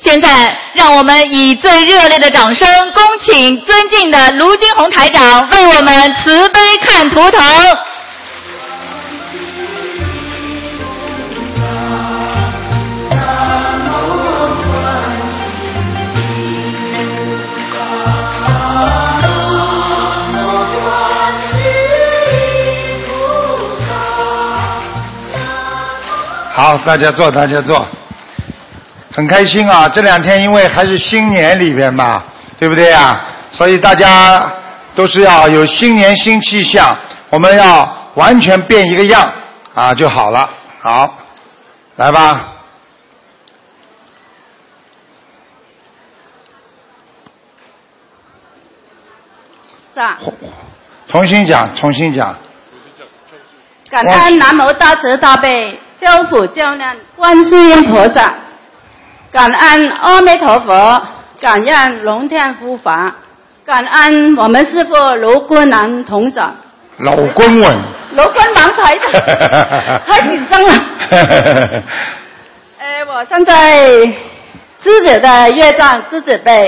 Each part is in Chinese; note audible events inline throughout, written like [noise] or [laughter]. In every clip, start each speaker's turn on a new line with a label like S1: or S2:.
S1: 现在，让我们以最热烈的掌声，恭请尊敬的卢军红台长为我们慈悲看图腾。
S2: 好，大家坐，大家坐。很开心啊！这两天因为还是新年里边嘛，对不对啊？所以大家都是要有新年新气象，我们要完全变一个样啊就好了。好，来吧。
S3: 长，
S2: 重新讲，重新讲。
S3: 感恩南无大慈大悲救苦救难观世音菩萨。感恩阿弥陀佛，感恩龙天护法，感恩我们师傅卢冠南同长。
S2: 老公文。
S3: 卢冠南台长，太紧张了。呃，我现在自己的业障自己背，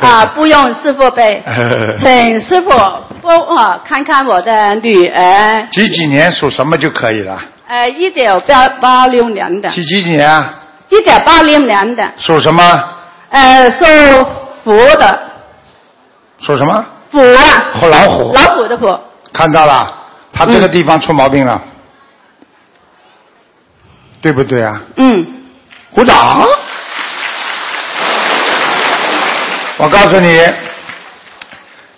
S3: 啊、不用师傅背，请师傅帮我看看我的女儿，
S2: [laughs] 几几年属什么就可以了？
S3: 呃，一九八八六年的，
S2: 几几年啊？
S3: 一九八零年的，
S2: 属什么？
S3: 呃，属虎的，
S2: 属什么？
S3: 虎啊，
S2: 虎老虎。
S3: 老虎的虎，
S2: 看到了，他这个
S3: 嗯
S2: 地方出毛病了，对不对啊？
S3: 嗯，
S2: 鼓掌！我告诉你，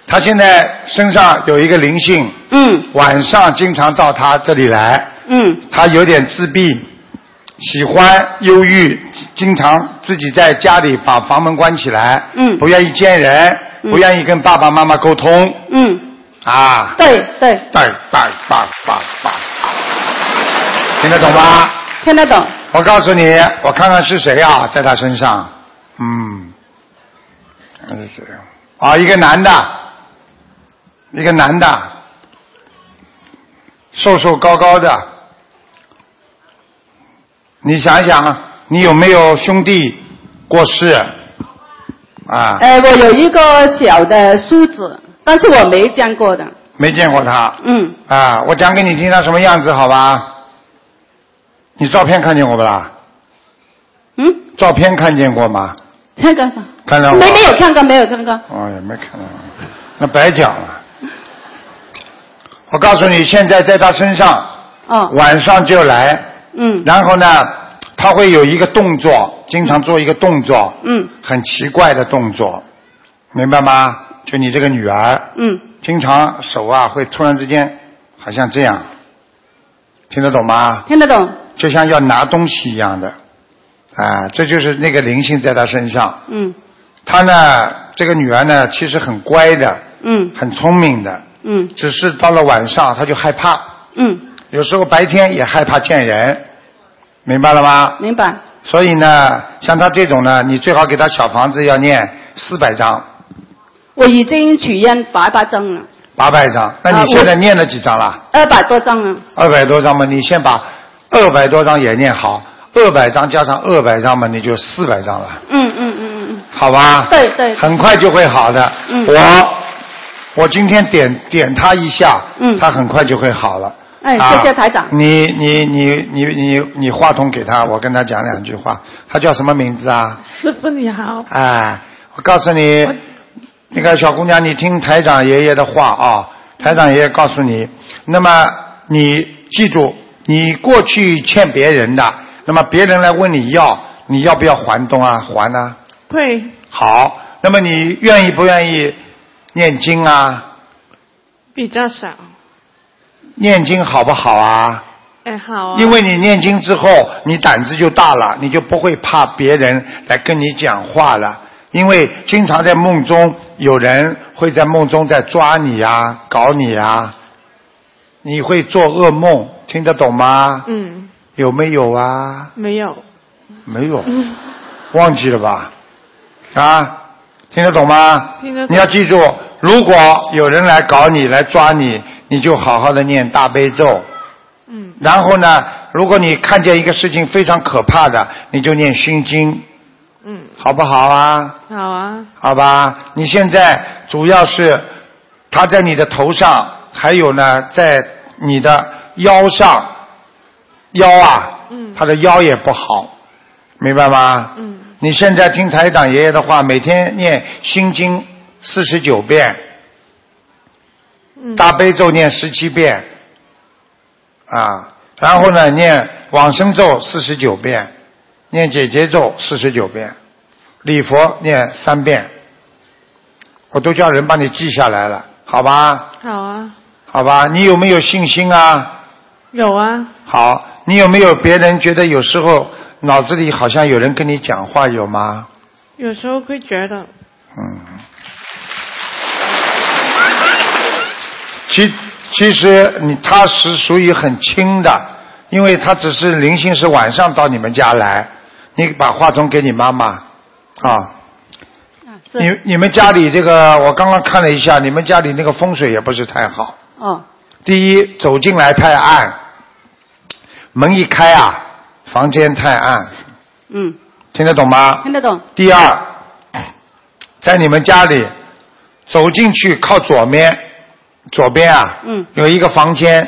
S2: 他现在身上有一个灵性，
S3: 嗯，
S2: 晚上经常到他这里来，
S3: 嗯，
S2: 他有点自闭，喜欢忧郁，经常自己在家里把房门关起来，
S3: 嗯
S2: 不愿意见人，不愿意跟爸爸妈妈沟通，
S3: 嗯，
S2: 啊，
S3: 对对，
S2: 拜拜拜拜拜，听得懂吗？
S3: 听得懂，
S2: 我告诉你，我看看是谁啊，在他身上，嗯，看是谁啊？
S3: 嗯
S2: 啊，一个男的，一个男的，瘦瘦高高的，你想想，你有没有兄弟过世？啊，
S3: 呃，我有一个小的梳子，但是我没见过的，
S2: 没见过他。
S3: 嗯，
S2: 啊，我讲给你听他什么样子，好吧？你照片看见过不啦？
S3: 嗯，
S2: 照片看见过吗？
S3: 看看吧，
S2: 看到过
S3: 没没有看过，没有看过，
S2: 哦，也没看到，那白讲了。我告诉你，现在在他身上，
S3: 哦，
S2: 晚上就来，
S3: 嗯
S2: 然后呢，他会有一个动作，经常做一个动作，
S3: 嗯
S2: 很奇怪的动作，明白吗？就你这个女儿，
S3: 嗯，
S2: 经常手啊会突然之间，好像这样，听得懂吗？
S3: 听得懂，
S2: 就像要拿东西一样的，啊，这就是那个灵性在他身上。
S3: 嗯
S2: 他呢，这个女儿呢，其实很乖的，
S3: 嗯
S2: 很聪明的，
S3: 嗯
S2: 只是到了晚上她就害怕，
S3: 嗯，
S2: 有时候白天也害怕见人，明白了吗？
S3: 明白，
S2: 所以呢，像她这种呢，你最好给她小房子要念四百张、
S3: 我已经取验八百张了，
S2: 八百张。那
S3: 啊
S2: 你现在
S3: 我
S2: 念了几张了？
S3: 二百多张了，
S2: 二百多张嘛，你先把二百多张也念好，二百张加上二百张嘛，你就四百张了，
S3: 嗯嗯嗯嗯
S2: 好吧？
S3: 嗯，对对，
S2: 很快就会好的。
S3: 嗯
S2: 我我今天点点他一下，
S3: 嗯
S2: 他很快就会好了。
S3: 哎，
S2: 啊
S3: 谢谢台长，
S2: 你你你你你你话筒给他，我跟他讲两句话。他叫什么名字啊？
S4: 师傅你好，
S2: 哎，我告诉你，那个小姑娘，你听台长爷爷的话啊。台长爷爷告诉你，那么你记住，你过去欠别人的，那么别人来问你要，你要不要还东啊？还呢、
S4: 会
S2: 好，那么你愿意不愿意念经啊？
S4: 比较少，
S2: 念经好不好啊？
S4: 哎好
S5: 哦
S4: 啊，
S2: 因为你念经之后，你胆子就大了，你就不会怕别人来跟你讲话了。因为经常在梦中有人会在梦中在抓你啊，搞你啊，你会做噩梦，听得懂吗？
S4: 嗯
S2: 有没有啊？
S4: 没有，
S2: 没有，
S3: 嗯
S2: 忘记了吧？啊，听得懂吗？
S6: [laughs]
S4: 听得懂
S2: 你要记住，如果有人来搞你、来抓你，你就好好的念大悲咒。
S4: 嗯
S2: 然后呢，如果你看见一个事情非常可怕的，你就念心经。
S4: 嗯，
S2: 好不好啊？
S4: 好啊，
S2: 好吧，你现在主要是它在你的头上，还有呢，在你的腰上，腰啊，
S4: 嗯
S2: 他的腰也不好，明白吗？
S4: 嗯，
S2: 你现在听台长爷爷的话，每天念心经四十九遍，
S4: 嗯，
S2: 大悲咒念十七遍，啊，然后呢念往生咒四十九遍，念姐姐咒四十九遍，礼佛念三遍，我都叫人帮你记下来了，好吧？
S4: 好啊，
S2: 好吧，你有没有信心啊？
S4: 有啊，
S2: 好，你有没有别人觉得有时候脑子里好像有人跟你讲话有吗？
S4: 有时候会觉得，
S2: 嗯，其其实你他是属于很轻的，因为他只是灵性是晚上到你们家来，你把话筒给你妈妈啊。
S3: 啊是
S2: 你你们家里这个，我刚刚看了一下，你们家里那个风水也不是太好。
S3: 哦
S2: 第一，走进来太暗，门一开啊，房间太暗，
S3: 嗯
S2: 听得懂吗？
S3: 听得懂
S2: 第二，在你们家里走进去靠左面，左边啊，
S3: 嗯
S2: 有一个房间，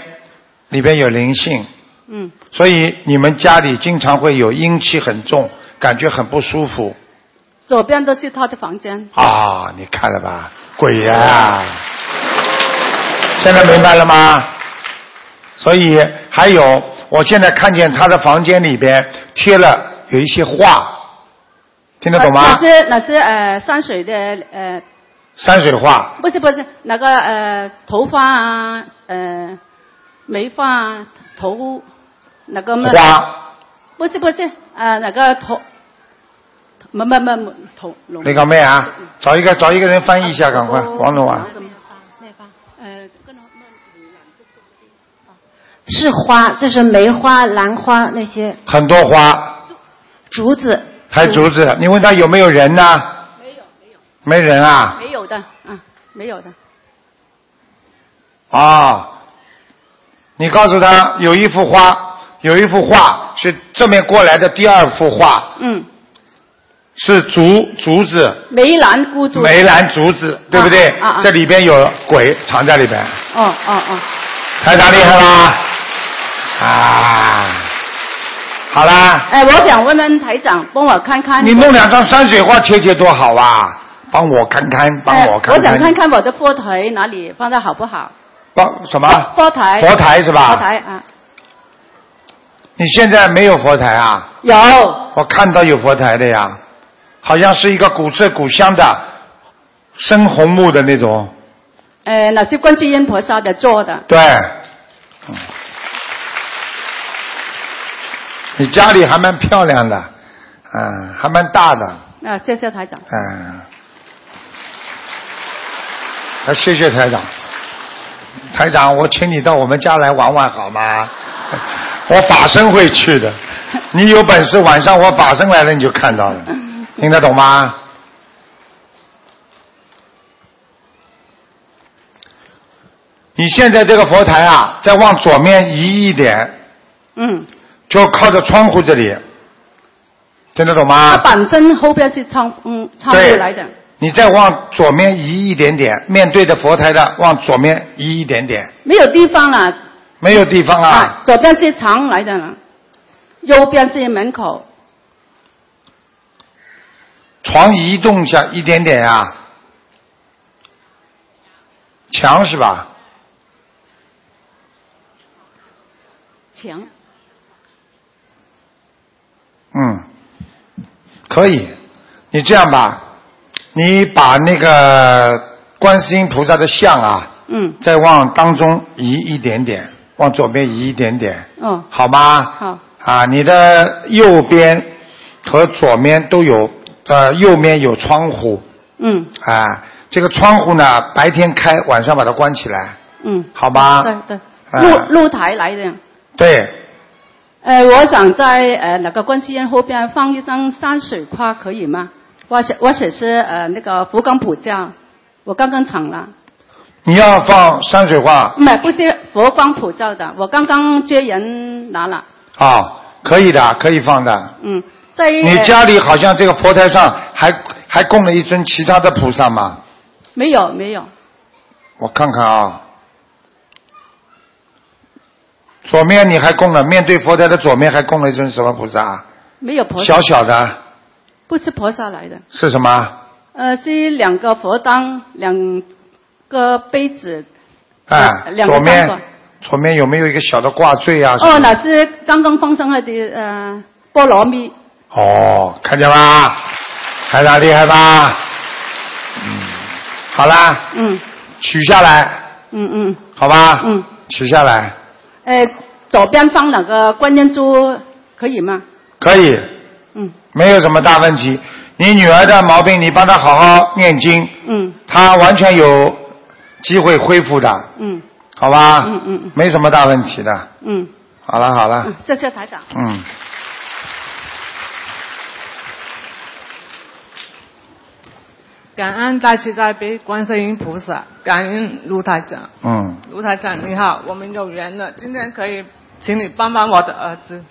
S2: 里边有灵性，
S3: 嗯
S2: 所以你们家里经常会有阴气很重，感觉很不舒服
S3: 左边都是他的房间
S2: 啊！你看了吧，鬼呀、 [laughs] 现在明白了吗？所以还有，我现在看见他的房间里边贴了有一些画，听得懂吗？
S3: 那是那是呃山水的呃
S2: 山水画。
S3: 不是不是那个呃头发啊呃眉发啊头那个么
S2: 花，
S3: 不是不是呃那个头没没没没头龙
S2: 那个妹啊，找一个找一个人翻译一下，赶快，王总啊，
S3: 呃
S7: 是花，就是梅花、兰花那些
S2: 很多花，
S7: 竹子。嗯
S2: 还有竹子，你问他有没有人呢？没有，没有，没人啊，
S3: 没有的啊没有的
S2: 啊、你告诉他有一幅花，有一幅画是正面过来的第二幅画
S3: 嗯
S2: 是竹竹子，
S3: 梅兰孤竹
S2: 梅兰竹子，对不对？
S3: 啊啊啊
S2: 这里边有鬼藏在里边，
S3: 哦哦哦
S2: 台长厉害吧？啊，好啦。
S3: 哎我想问问台长帮我看看
S2: 你弄两张山水画贴贴多好啊！帮我看看，帮
S3: 哎
S2: 我看看。
S3: 我想看看我的佛台哪里放的好不好
S2: 帮什么？
S3: 佛台
S2: 佛台是吧
S3: 佛台啊
S2: 你现在没有佛台啊？
S3: 有
S2: 我看到有佛台的呀，好像是一个古色古香的深红木的那种。
S3: 呃那是观世音菩萨的做的
S2: 对，嗯你家里还蛮漂亮的，嗯，还蛮大的，
S3: 啊谢谢台长
S2: 嗯。啊，谢谢台长。台长，我请你到我们家来玩玩好吗？ [laughs] 我法身会去的。你有本事晚上我法身来了你就看到
S3: [laughs]
S2: 了，听得懂吗？你现在这个佛台啊，再往左面移一点，
S3: 嗯。
S2: 就靠着窗户这里，听得懂吗？
S3: 它本身后边是仓嗯仓库
S2: 对
S3: 来的，
S2: 你再往左面移一点点，面对着佛台的往左面移一点点，
S3: 没有地方了
S2: 没有地方啊。
S3: 左边是墙来的了，右边是门口，
S2: 床移动一下一点点啊。墙是吧？
S3: 墙
S2: 嗯，可以。你这样吧，你把那个观世音菩萨的像啊，
S3: 嗯
S2: 再往当中移一点点，往左边移一点点，
S3: 哦
S2: 好吗？
S3: 好
S2: 啊，你的右边和左面都有，呃，右面有窗户
S3: 嗯
S2: 啊。这个窗户呢，白天开，晚上把它关起来，
S3: 嗯，
S2: 好吧？
S3: 对对，
S2: 啊
S3: 露露台来的。
S2: 对，
S3: 呃，我想在呃那个观世音后边放一张山水画，可以吗？或者或者是呃那个佛光普照，我刚刚抢了，
S2: 你要放山水画
S3: 不是不是佛光普照的，我刚刚接人拿了，
S2: 啊，可以的，可以放的。
S3: 嗯，这一
S2: 你家里好像这个佛台上还还供了一尊其他的菩萨嘛？
S3: 没有没有，
S2: 我看看啊，左面你还供了，面对佛台的左面还供了一尊什么菩萨啊？
S3: 没有菩萨，
S2: 小小的
S3: 不是菩萨来的，
S2: 是什么？
S3: 呃，是两个佛当，两个杯子，
S2: 哎
S3: 呃，两
S2: 左
S3: 个当
S2: 面
S3: 过。
S2: 左面有没有一个小的挂坠啊？
S3: 哦，那是刚刚放生的呃菠萝蜜，
S2: 哦，看见吧，台长厉害吧？嗯，好啦，
S3: 嗯
S2: 取下来，
S3: 嗯嗯
S2: 好吧？
S3: 嗯，
S2: 取下来，
S3: 呃，左边放两个观音珠可以吗？
S2: 可以，
S3: 嗯
S2: 没有什么大问题。你女儿的毛病，你帮她好好念经，
S3: 嗯
S2: 她完全有机会恢复的，
S3: 嗯
S2: 好吧？
S3: 嗯嗯嗯
S2: 没什么大问题的。
S3: 嗯
S2: 好了好了
S3: 嗯，，谢谢台长。
S2: 嗯。
S4: 感恩大慈大悲观世音菩萨，感恩卢台长。
S2: 嗯，
S4: 卢台长你好，我们有缘了，今天可以请你帮帮我的儿子。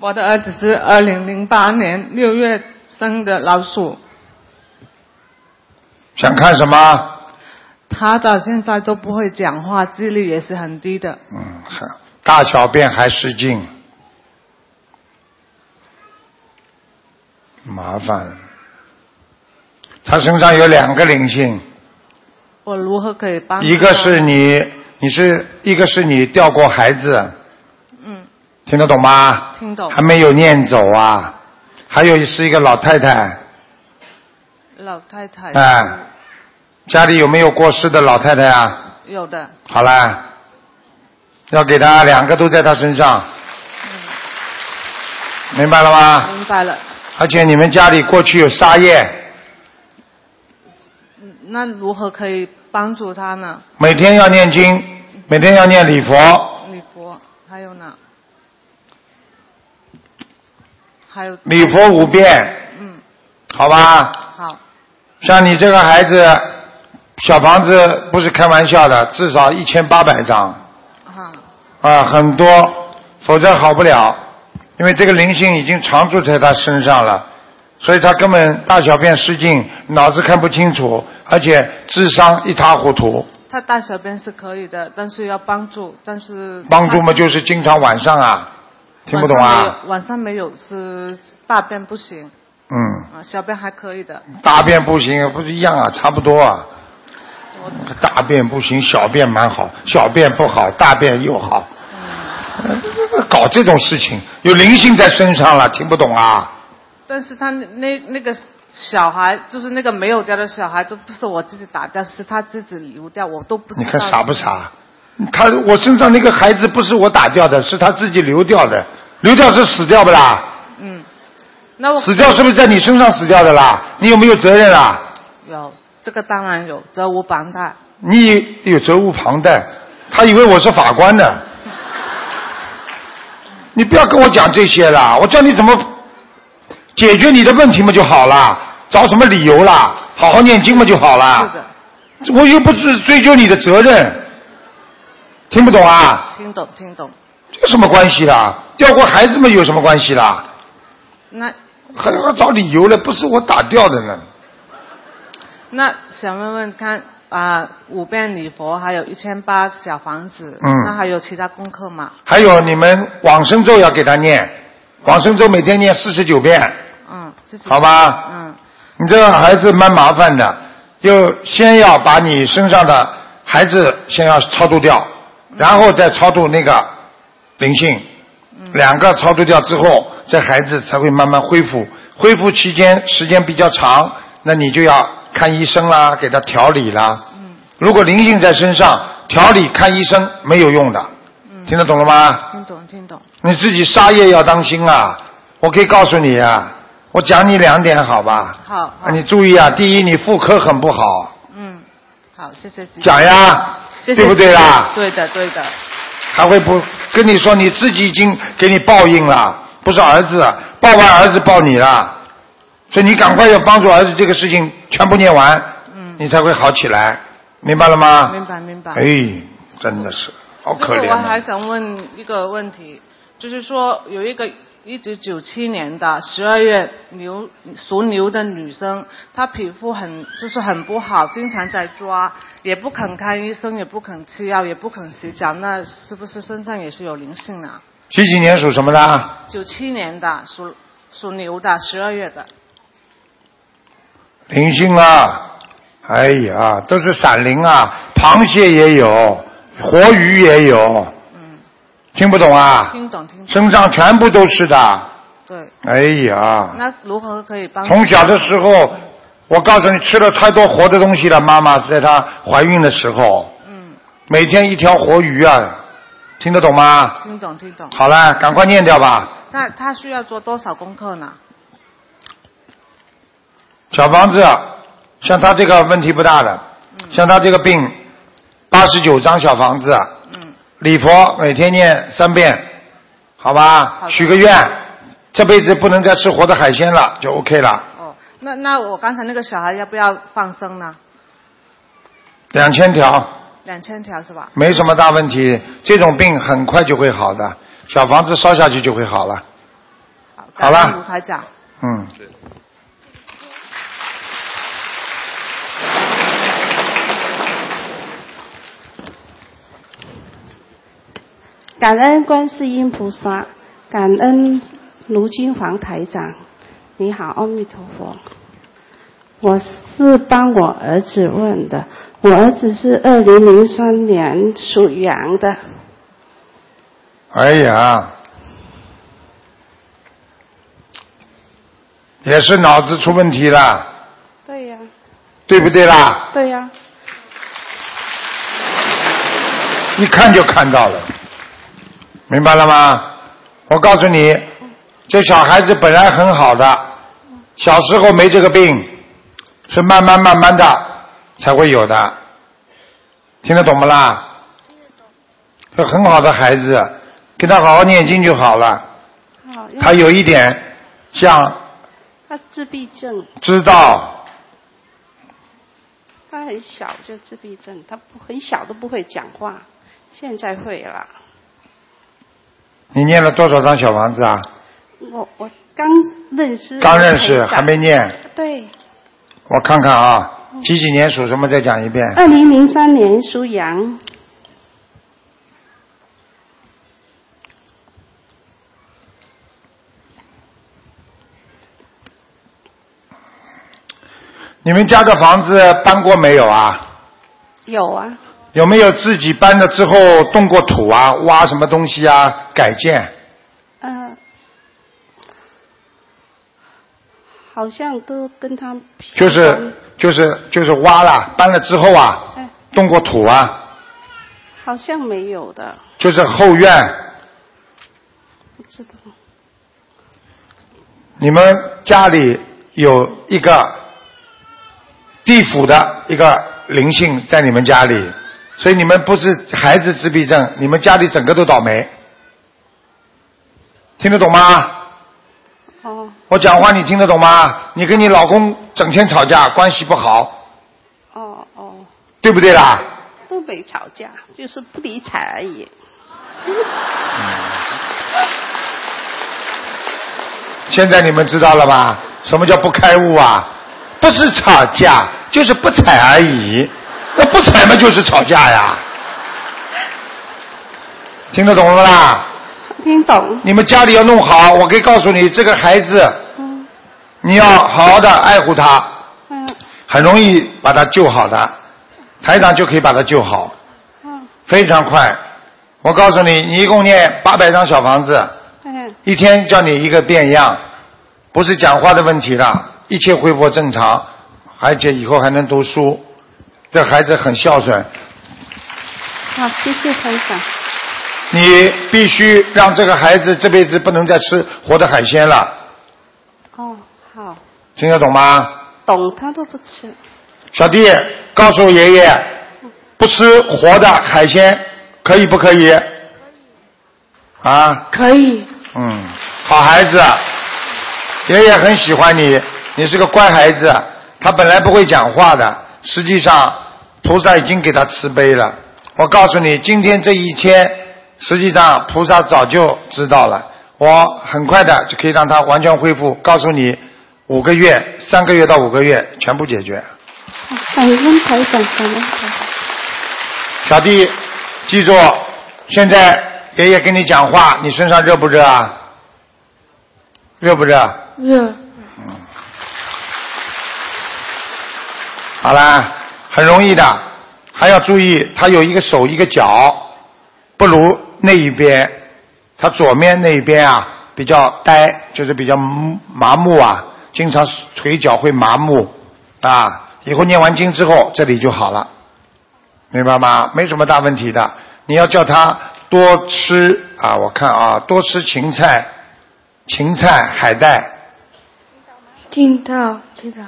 S4: 我的儿子是二零零八年六月生的老鼠，
S2: 想看什么？
S4: 他到现在都不会讲话，智力也是很低的。
S2: 嗯，还大小便还失禁，麻烦了。他身上有两个灵性，
S4: 我如何可以帮他？
S2: 一个是你，你是一个是你掉过孩子，
S4: 嗯，
S2: 听得懂吗？
S4: 听懂
S2: 还没有念走啊，还有是一个老太太，
S4: 老太太
S2: 哎，家里有没有过世的老太太啊？
S4: 有的，
S2: 好啦，要给他两个都在他身上，明白了吗？
S4: 明白了。
S2: 而且你们家里过去有沙业，
S4: 那如何可以帮助他呢？
S2: 每天要念经，每天要念礼佛，
S4: 礼佛还有呢？还有
S2: 礼佛五遍，
S4: 嗯，
S2: 好吧？
S4: 好，
S2: 像你这个孩子，小房子不是开玩笑的，至少一千八百张
S4: 啊，
S2: 啊，很多，否则好不了，因为这个灵性已经常驻在他身上了。所以他根本大小便失禁，脑子看不清楚，而且智商一塌糊涂。
S4: 他大小便是可以的，但是要帮助，但是
S2: 帮助
S4: 他
S2: 嘛，就是经常晚上啊，听不懂
S4: 啊晚上
S2: 啊
S4: 没，有晚上没有是大便不行
S2: 嗯，
S4: 啊，小便还可以的。
S2: 大便不行，不是一样啊，差不多啊。大便不行，小便蛮好，小便不好，大便又好。呃搞这种事情，有灵性在身上了，听不懂啊？
S4: 但是他那那个小孩，就是那个没有掉的小孩，都不是我自己打掉，是他自己流掉，我都不知
S2: 你
S4: 道。
S2: 看傻不傻？他我身上那个孩子不是我打掉的，是他自己流掉的，流掉是死掉不啦？
S4: 嗯，那我
S2: 死掉是不是在你身上死掉的啦？你有没有责任啊啦？
S4: 有这个当然有，责无旁贷。
S2: 你有责无旁贷，他以为我是法官呢。你不要跟我讲这些啦，我教你怎么解决你的问题嘛就好啦，找什么理由啦？好好念经嘛就好
S4: 是
S2: 啦。
S4: 的，
S2: 我又不是追究你的责任，听不懂啊？
S4: 听懂听懂。
S2: 这有什么关系啦？掉过孩子嘛有什么关系啦？
S4: 那
S2: 还要找理由了，不是我打掉的呢。
S4: 那想问问看啊、五遍礼佛，还有一千八小房子，
S2: 嗯
S4: 那还有其他功课吗？
S2: 还有你们往生咒要给他念，往生咒每天念四十九遍，
S4: 嗯，自己
S2: 好吧？
S4: 嗯
S2: 你这个孩子蛮麻烦的，就先要把你身上的孩子先要超度掉，
S4: 嗯
S2: 然后再超度那个灵性，
S4: 嗯
S2: 两个超度掉之后，这孩子才会慢慢恢复。恢复期间时间比较长，那你就要看医生啦，给他调理啦。
S4: 嗯
S2: 如果灵性在身上，调理看医生没有用的，听得懂了吗？
S4: 嗯听懂听懂。
S2: 你自己杀业要当心啊！我可以告诉你啊，我讲你两点好吧？
S4: 好好
S2: 啊，你注意啊，第一，你妇科很不好，
S4: 嗯，好，谢谢。
S2: 讲，呀，
S4: 嗯谢谢
S2: 对不对啦？
S4: 对的对的，
S2: 还会不跟你说，你自己已经给你报应了，不是儿子，报完儿子报你了，所以你赶快要帮助儿子这个事情全部念完，
S4: 嗯
S2: 你才会好起来，明白了吗？
S4: 明白明白。
S2: 哎，真的是好可
S4: 师
S2: 怜、
S4: 傅，我还
S2: 啊。
S4: 想问一个问题，就是说有一个一九九七年的十二月牛属牛的女生，她皮肤很就是很不好，经常在抓，也不肯看医生，也不肯吃药，也不肯洗脚，那是不是身上也是有灵性啊？
S2: 几几年属什么的啊？
S4: 九七年的属属牛的十二月的，
S2: 灵性啊！哎呀，都是闪灵啊，螃蟹也有，活鱼也有。听不懂啊？
S4: 听懂听懂。
S2: 身上全部都是的。
S4: 对，
S2: 哎呀，
S4: 那如何可以帮？
S2: 从小的时候，我告诉你，吃了太多活的东西了。妈妈在她怀孕的时候，
S4: 嗯，
S2: 每天一条活鱼啊，听得懂吗？
S4: 听懂听懂。
S2: 好了，赶快念掉吧。
S4: 那她需要做多少功课呢？
S2: 小房子，啊像他这个问题不大的，
S4: 嗯
S2: 像他这个病，八十九张小房子，啊
S4: 嗯，
S2: 礼佛每天念三遍，好吧？
S4: 好的
S2: 许个愿，这辈子不能再吃活的海鲜了，就 OK 了。
S4: 哦，那那我刚才那个小孩要不要放生呢？
S2: 两千条。
S4: 两千条是吧？
S2: 没什么大问题，这种病很快就会好的，小房子烧下去就会好了。好了
S4: 感恩卢台长。
S2: 嗯。
S8: 感恩观世音菩萨，感恩卢金黄台长。你好，阿弥陀佛。我是帮我儿子问的，我儿子是二零零三年属羊的，
S2: 哎呀，也是脑子出问题了，
S8: 对呀、
S2: 对不对啦？
S8: 对呀、
S2: 一看就看到了，明白了吗？我告诉你，这小孩子本来很好的，小时候没这个病，是慢慢慢慢的才会有的，听得懂不啦？这很好的孩子，给他好好念经就好了。
S8: 好，因为
S2: 他有一点像
S8: 他自闭症，
S2: 知道，
S8: 他很小就自闭症，他不很小都不会讲话，现在会了。
S2: 你念了多少张小房子啊？
S8: 我我刚认识，
S2: 刚认识还没。念，
S8: 对，
S2: 我看看啊，几几年属什么？再讲一遍。
S8: 二零零三年属羊，
S2: 你们家的房子搬过没有啊？
S8: 有啊，
S2: 有没有自己搬了之后动过土啊？挖什么东西啊？改建？
S8: 呃，好像都跟他
S2: 就是就是就是挖了，搬了之后啊，
S8: 哎，
S2: 动过土啊？
S8: 好像没有的，
S2: 就是后院
S8: 不知道。
S2: 你们家里有一个地府的一个灵性在你们家里，所以你们不是孩子自闭症，你们家里整个都倒霉。听得懂吗？
S8: 哦
S2: 我讲话你听得懂吗？你跟你老公整天吵架，关系不好，
S8: 哦哦，
S2: 对不对啦？
S8: 都没吵架，就是不理睬而已。
S2: 现在你们知道了吧？什么叫不开悟啊？不是吵架，就是不睬而已。那不睬嘛，就是吵架呀。听得懂了啦？
S8: 听懂？
S2: 你们家里要弄好，我可以告诉你，这个孩子
S8: 嗯
S2: 你要好好的爱护他，
S8: 嗯
S2: 很容易把他救好的，台长就可以把他救好，
S8: 嗯，
S2: 非常快。我告诉你，你一共念八百张小房子，
S3: 嗯
S8: 哎
S2: 一天叫你一个变样，不是讲话的问题了，一切恢复正常，而且以后还能读书。这孩子很孝顺，
S8: 好，啊谢谢台长。
S2: 你必须让这个孩子这辈子不能再吃活的海鲜了，
S8: 哦，好，
S2: 听得懂吗？
S8: 懂他都不吃。
S2: 小弟，告诉爷爷，不吃活的海鲜，可以不可以？啊，
S8: 可以，
S2: 嗯，好孩子，啊爷爷很喜欢你，你是个乖孩子。啊他本来不会讲话的，实际上菩萨已经给他慈悲了。我告诉你，今天这一天，实际上菩萨早就知道了。我很快的就可以让他完全恢复。告诉你，五个月、三个月到五个月全部解决。
S8: 感恩台长，感恩台长。
S2: 小弟，记住，现在爷爷跟你讲话，你身上热不热啊？热不热？
S8: 热，
S1: 嗯
S2: 好啦，很容易的，还要注意，他有一个手一个脚，不如那一边，他左面那一边啊比较呆，就是比较麻木啊，经常腿脚会麻木啊。以后念完经之后，这里就好了，明白吗？没什么大问题的。你要叫他多吃啊，我看啊，多吃芹菜、芹菜、海带、
S8: 听到，听到。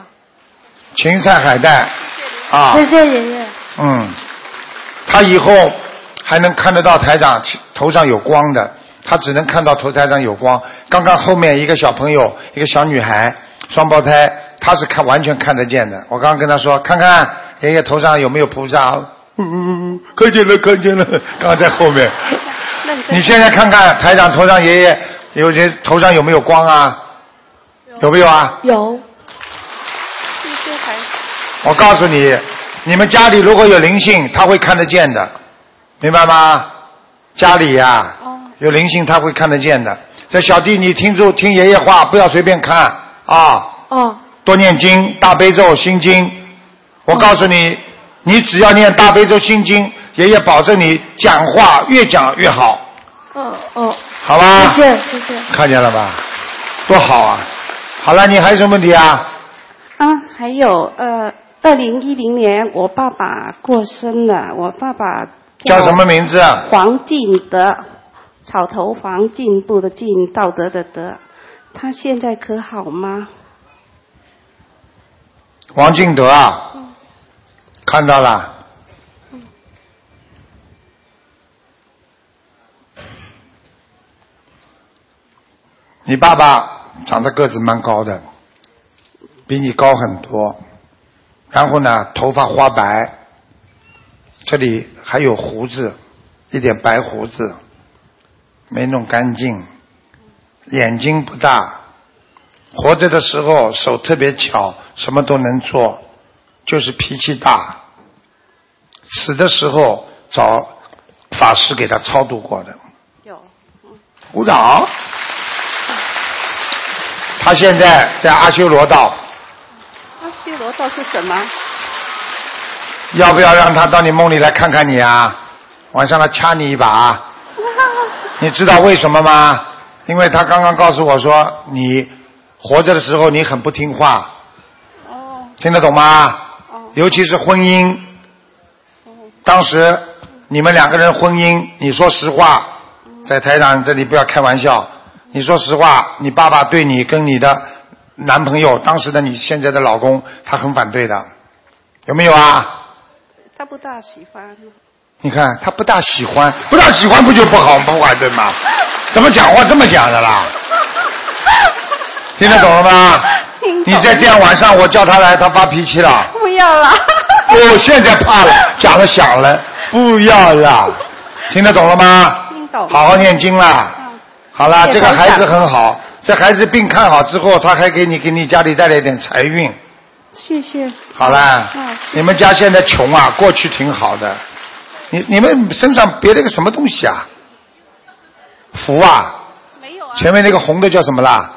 S2: 芹菜、海带啊。
S8: 谢谢爷爷。
S2: 嗯，他以后还能看得到台长头上有光的，他只能看到头台上有光。刚刚后面一个小朋友，一个小女孩，双胞胎，她是看完全看得见的。我刚刚跟她说，看看爷爷头上有没有菩萨。嗯，看见了，看见了，刚刚在后面。你现在看看台长头上爷爷有些头上有没有光啊？有没有啊？
S8: 有。
S2: 我告诉你，你们家里如果有灵性，他会看得见的，明白吗？家里呀、
S8: 哦
S2: 有灵性他会看得见的。这小弟，你听住，听爷爷话，不要随便看啊，
S8: 哦，
S2: 多念经，大悲咒、心经。我告诉你，你只要念大悲咒、心经，爷爷保证你讲话越讲越好，
S8: 哦
S6: 嗯
S8: 哦，
S2: 好吧？
S8: 谢谢谢谢。
S2: 看见了吧？多好啊！好了，你还有什么问题啊？
S8: 啊，还有呃，二零一零年我爸爸过身了，我爸爸
S2: 叫什么？名字啊？
S8: 黄进德，草头黄进步的进，道德的德。他现在可好吗？
S2: 王敬德啊，看到了。你爸爸长得个子蛮高的，比你高很多。然后呢，头发花白，这里还有胡子，一点白胡子，没弄干净。眼睛不大，活着的时候手特别巧，什么都能做，就是脾气大。死的时候找法师给他超度过的。
S8: 有。
S2: 鼓掌。他现在在阿修罗道，
S8: 阿修罗道是什么？
S2: 要不要让他到你梦里来看看你啊？晚上来掐你一把啊。你知道为什么吗？因为他刚刚告诉我说，你活着的时候你很不听话。哦。听得懂吗？哦。尤其是婚姻。当时你们两个人婚姻，你说实话，在台长这里不要开玩笑。你说实话，你爸爸对你跟你的男朋友，当时的你现在的老公，他很反对的，有没有啊？
S8: 他不大喜欢。
S2: 你看他不大喜欢，不大喜欢不就不好不坏对吗？怎么讲话这么讲的啦？听得懂了吗？
S8: 听懂
S2: 你再这样，晚上我叫他来，他发脾气了。
S8: 不要了。
S2: 我现在怕了，讲了想了，不要了。听得懂了吗？
S8: 听懂。
S2: 好好念经啦。
S8: 嗯。
S2: 好啦，
S8: 谢
S2: 这
S8: 谢
S2: 个孩
S8: 台
S2: 子
S8: 长
S2: 很好，这孩子病看好之后，他还给你给你家里带来一点财运。
S8: 谢谢。
S2: 好啦
S6: 啊
S8: 嗯，
S2: 你们家现在穷啊，过去挺好的。你你们身上别了个什么东西啊？福啊，
S8: 没有啊。
S2: 前面那个红的叫什么啦？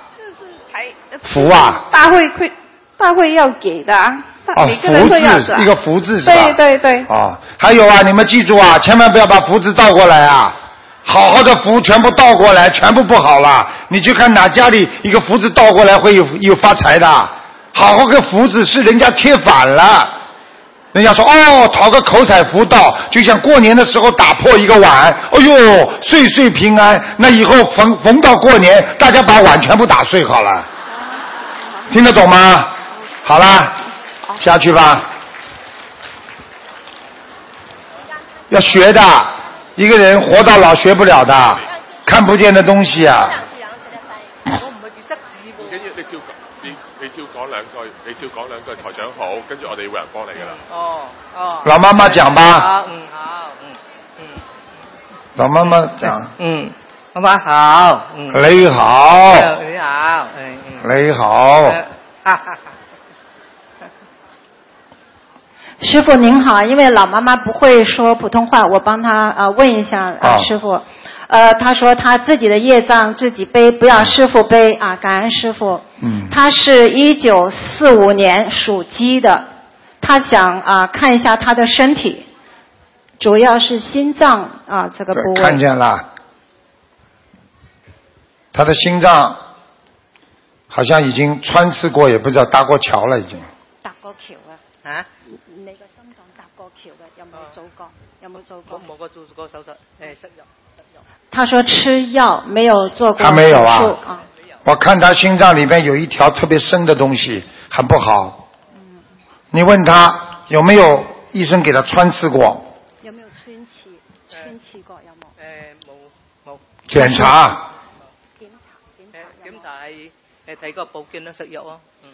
S8: 还
S2: 福啊，
S8: 大会会大会要给的啊，大
S2: 哦
S8: 每，个人
S2: 福
S8: 都要的
S2: 字
S8: 啊。
S2: 一个福字是吧？
S8: 对对对，
S2: 啊，还有啊，你们记住啊，千万不要把福字倒过来啊！好好的福全部倒过来，全部不好了。你去看哪家里一个福字倒过来会有有发财的？好好个福字是人家贴反了，人家说哦，讨个口彩福到，就像过年的时候打破一个碗，哎呦，岁岁平安。那以后逢逢到过年，大家把碗全部打碎好了，听得懂吗？好啦，下去吧。要学的，一个人活到老学不了的，看不见的东西啊。
S9: 唔緊要，你照講，你你照講兩句，你照講兩句，台長好，跟住我哋會有人幫你噶啦。
S4: 哦哦。
S2: 老妈妈讲吧，
S4: 好，嗯好，嗯嗯
S2: 老妈妈讲，
S4: 嗯，
S6: 媽媽好，嗯，
S2: 你好，
S6: 你好，嗯嗯，
S2: 你好，
S6: 哈哈哈
S7: 师傅您好，因为老妈妈不会说普通话，我帮她呃问一下呃、
S2: 啊
S7: 师傅，呃她说她自己的业障自己背，不要师傅背啊，感恩师傅。
S2: 嗯
S7: 她是一九四五年属鸡的，她想啊、看一下她的身体，主要是心脏啊、这个部
S2: 对
S7: 位。
S2: 看见了，他的心脏好像已经穿刺过，也不知道搭过桥了，已经。
S7: 搭過橋啊！
S6: 啊，
S7: 你個心臟搭過橋嘅有冇做過？有冇做
S6: 我？哦冇個做過手術，誒失入，
S7: 他说吃药没有做过
S2: 他没有啊
S7: 手术啊，
S2: 我看他心脏里面有一条特别深的东西，很不好。你问他有没有医生给他穿刺过？
S7: 有没有穿刺？穿刺过有冇？
S6: 誒冇冇
S2: 检查
S7: 检查
S6: 誒
S7: 检
S6: 檢查係誒睇個保健啦，食藥咯，嗯，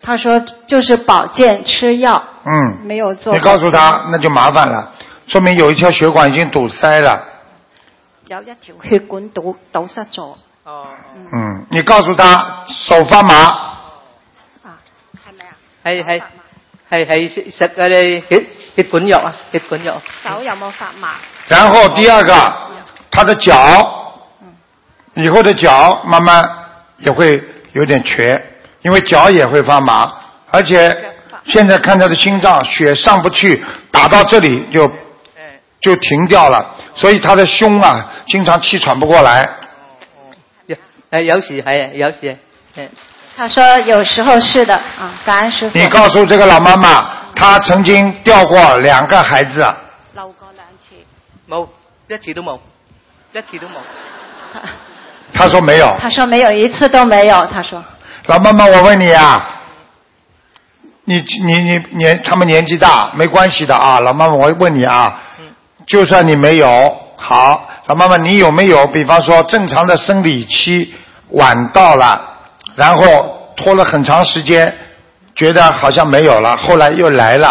S7: 他说就是保健吃药
S2: 嗯，
S7: 没有做。
S2: 你告诉他，那就麻烦了，说明有一条血管已经堵塞了。
S7: 有一条血管堵堵塞咗
S6: 哦，
S2: 嗯，你告诉他手发麻，
S7: 啊，系咪啊？
S6: 係係係係食食嗰啲血血管藥啊，血管藥，
S7: 手有冇发麻？
S2: 然后第二个，他的脚，以后的脚慢慢也会有点瘸，因为脚也会发麻，而且现在看他的心脏血上不去，打到这里就
S6: 誒
S2: 就停掉了，所以他的胸啊经常气喘不过来，
S6: 有誒哦哎有時係有時誒
S7: 他说有时候是的啊，感恩师傅。
S2: 你告诉这个老妈妈，她曾经掉过两个孩子，啊
S7: 漏过两次，
S6: 冇一次都冇，一次都冇，
S2: 她说没有。
S7: 他说没有一次都没有。他说
S2: 老妈妈，我问你啊，你你你年他们年纪大没关系的啊，老妈妈，我问你啊，就算你没有，好，老妈妈，你有没有？比方说正常的生理期晚到了，然后拖了很长时间，觉得好像没有了，后来又来了，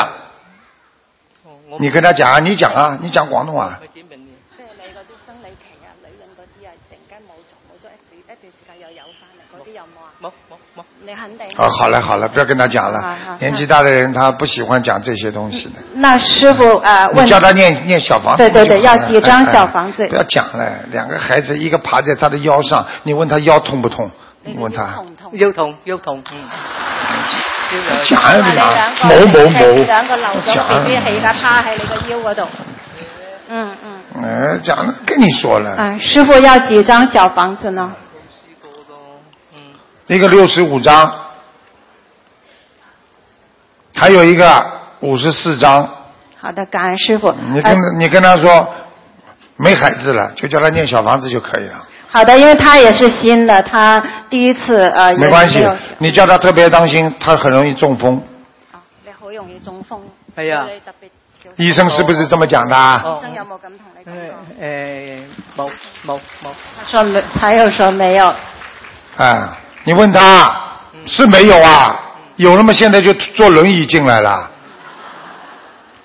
S6: 哦我
S2: 你跟他讲啊，你講啊，你講廣東話。
S6: 我點明嘅。
S7: 即系你嗰啲生理期啊、理论嗰啲啊，突然间冇咗，冇咗一段一段时间又有翻嚟，嗰啲有冇啊？
S6: 冇冇冇，
S7: 你肯定
S2: 哦，好了好了，不要跟他讲
S7: 好
S2: 了
S7: 好，
S2: 年纪大的人他不喜欢讲这些东西的。
S7: 那师傅呃
S2: 你
S7: 问
S2: 叫他念念小房子
S7: 对
S2: 就好
S7: 对对
S2: 了。
S7: 要几张
S2: 哎哎
S7: 小房子
S2: 不要讲了，两个孩子一个爬在他的腰上，你问他腰痛不痛？你问他
S7: 痛唔痛？
S6: 腰痛腰痛，嗯，腰有
S2: 讲也不讲，
S7: 你
S2: 冇冇
S6: 哎
S7: 你
S2: 冇，
S7: 兩個漏咗
S2: 讲
S7: B B 起架趴喺你個腰嗰度。嗯嗯。
S2: 哎，讲了跟你说了，
S7: 啊，师傅要几张小房子呢？
S6: 試過咯，嗯，
S2: 一个六十五张，还有一个五十四张。
S7: 好的，感恩师傅。
S2: 你
S7: 呃
S2: 跟你跟他说没孩子了，就叫他念小房子就可以了。
S7: 好的，因为他也是新的，他第一次呃也
S2: 没关系
S7: 有，
S2: 你叫他特别当心，他很容易中风。
S7: 啊你好容易中風，
S6: 係啊
S7: 所以你特別小心。
S2: 医生是不是这么讲的啊？
S6: 哦
S7: 醫生有冇咁同你
S6: 誒
S7: 講
S6: 誒
S7: 過？
S6: 冇冇冇，
S7: 他说没，他又说没有。
S2: 啊，你问他是没有啊？有那么现在就坐轮椅进来了，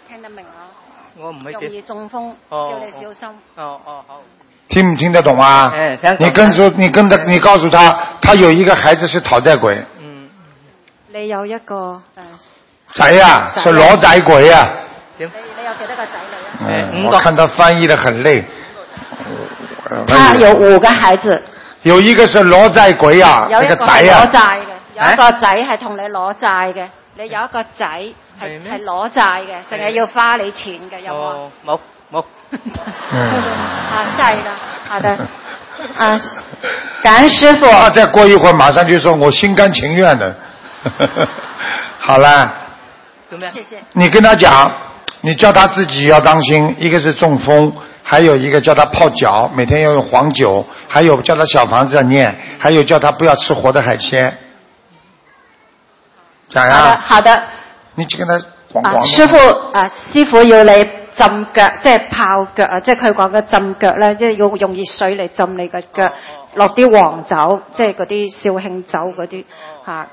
S7: 聽得明啊？
S6: 我唔係
S7: 容易
S6: 幾，
S7: 中風，
S6: 哦
S7: 叫你小心。
S6: 哦哦好，
S2: 听不听得懂啊
S6: 哎听得？懂
S2: 你跟说，你跟他，你告诉他，他有一个孩子是讨债鬼，
S6: 嗯，
S7: 你有一個呃，
S2: 宅呀、啊是老宅鬼啊呀、
S6: 點
S7: 你你有幾多個仔女啊？
S6: 哎
S2: 嗯，
S6: 嗯
S2: 我
S6: 懂
S2: 看他翻译的很累。呃
S7: 他有五個孩子。
S2: 有一个是老债鬼呀、
S7: 有一
S2: 那
S7: 個
S2: 啊个啊
S7: 係
S2: 宅呀、
S7: 攞債嘅，有一個仔係同你攞債嘅，你有一個仔係
S6: 係咩
S7: 係攞債嘅，成日要花你錢嘅，有冇啊？
S6: 哦冇冇，
S2: 嗯，
S7: [laughs] 啊，細啦，好的，啊，感恩師傅，
S2: 他再过一会儿马上就说我心甘情愿的。 [laughs] 好了。
S6: 做咩啊？
S7: 謝謝。
S2: 你跟他讲，你叫他自己要当心，一个是中风，还有一个叫他泡脚，每天要用黄酒，还有叫他小房子要念，还有叫他不要吃活的海鲜。
S7: 好的，
S2: 讲哎呀，
S7: 好的，
S2: 你去跟他广
S7: 啊，
S2: 广
S7: 師傅，啊，師傅要你浸腳，即係泡腳啊，即係佢講嘅浸腳咧，即係要用熱水嚟浸你個腳，
S6: 哦
S7: 落啲黃酒，即係嗰啲紹興酒嗰啲
S6: 哦
S7: 啊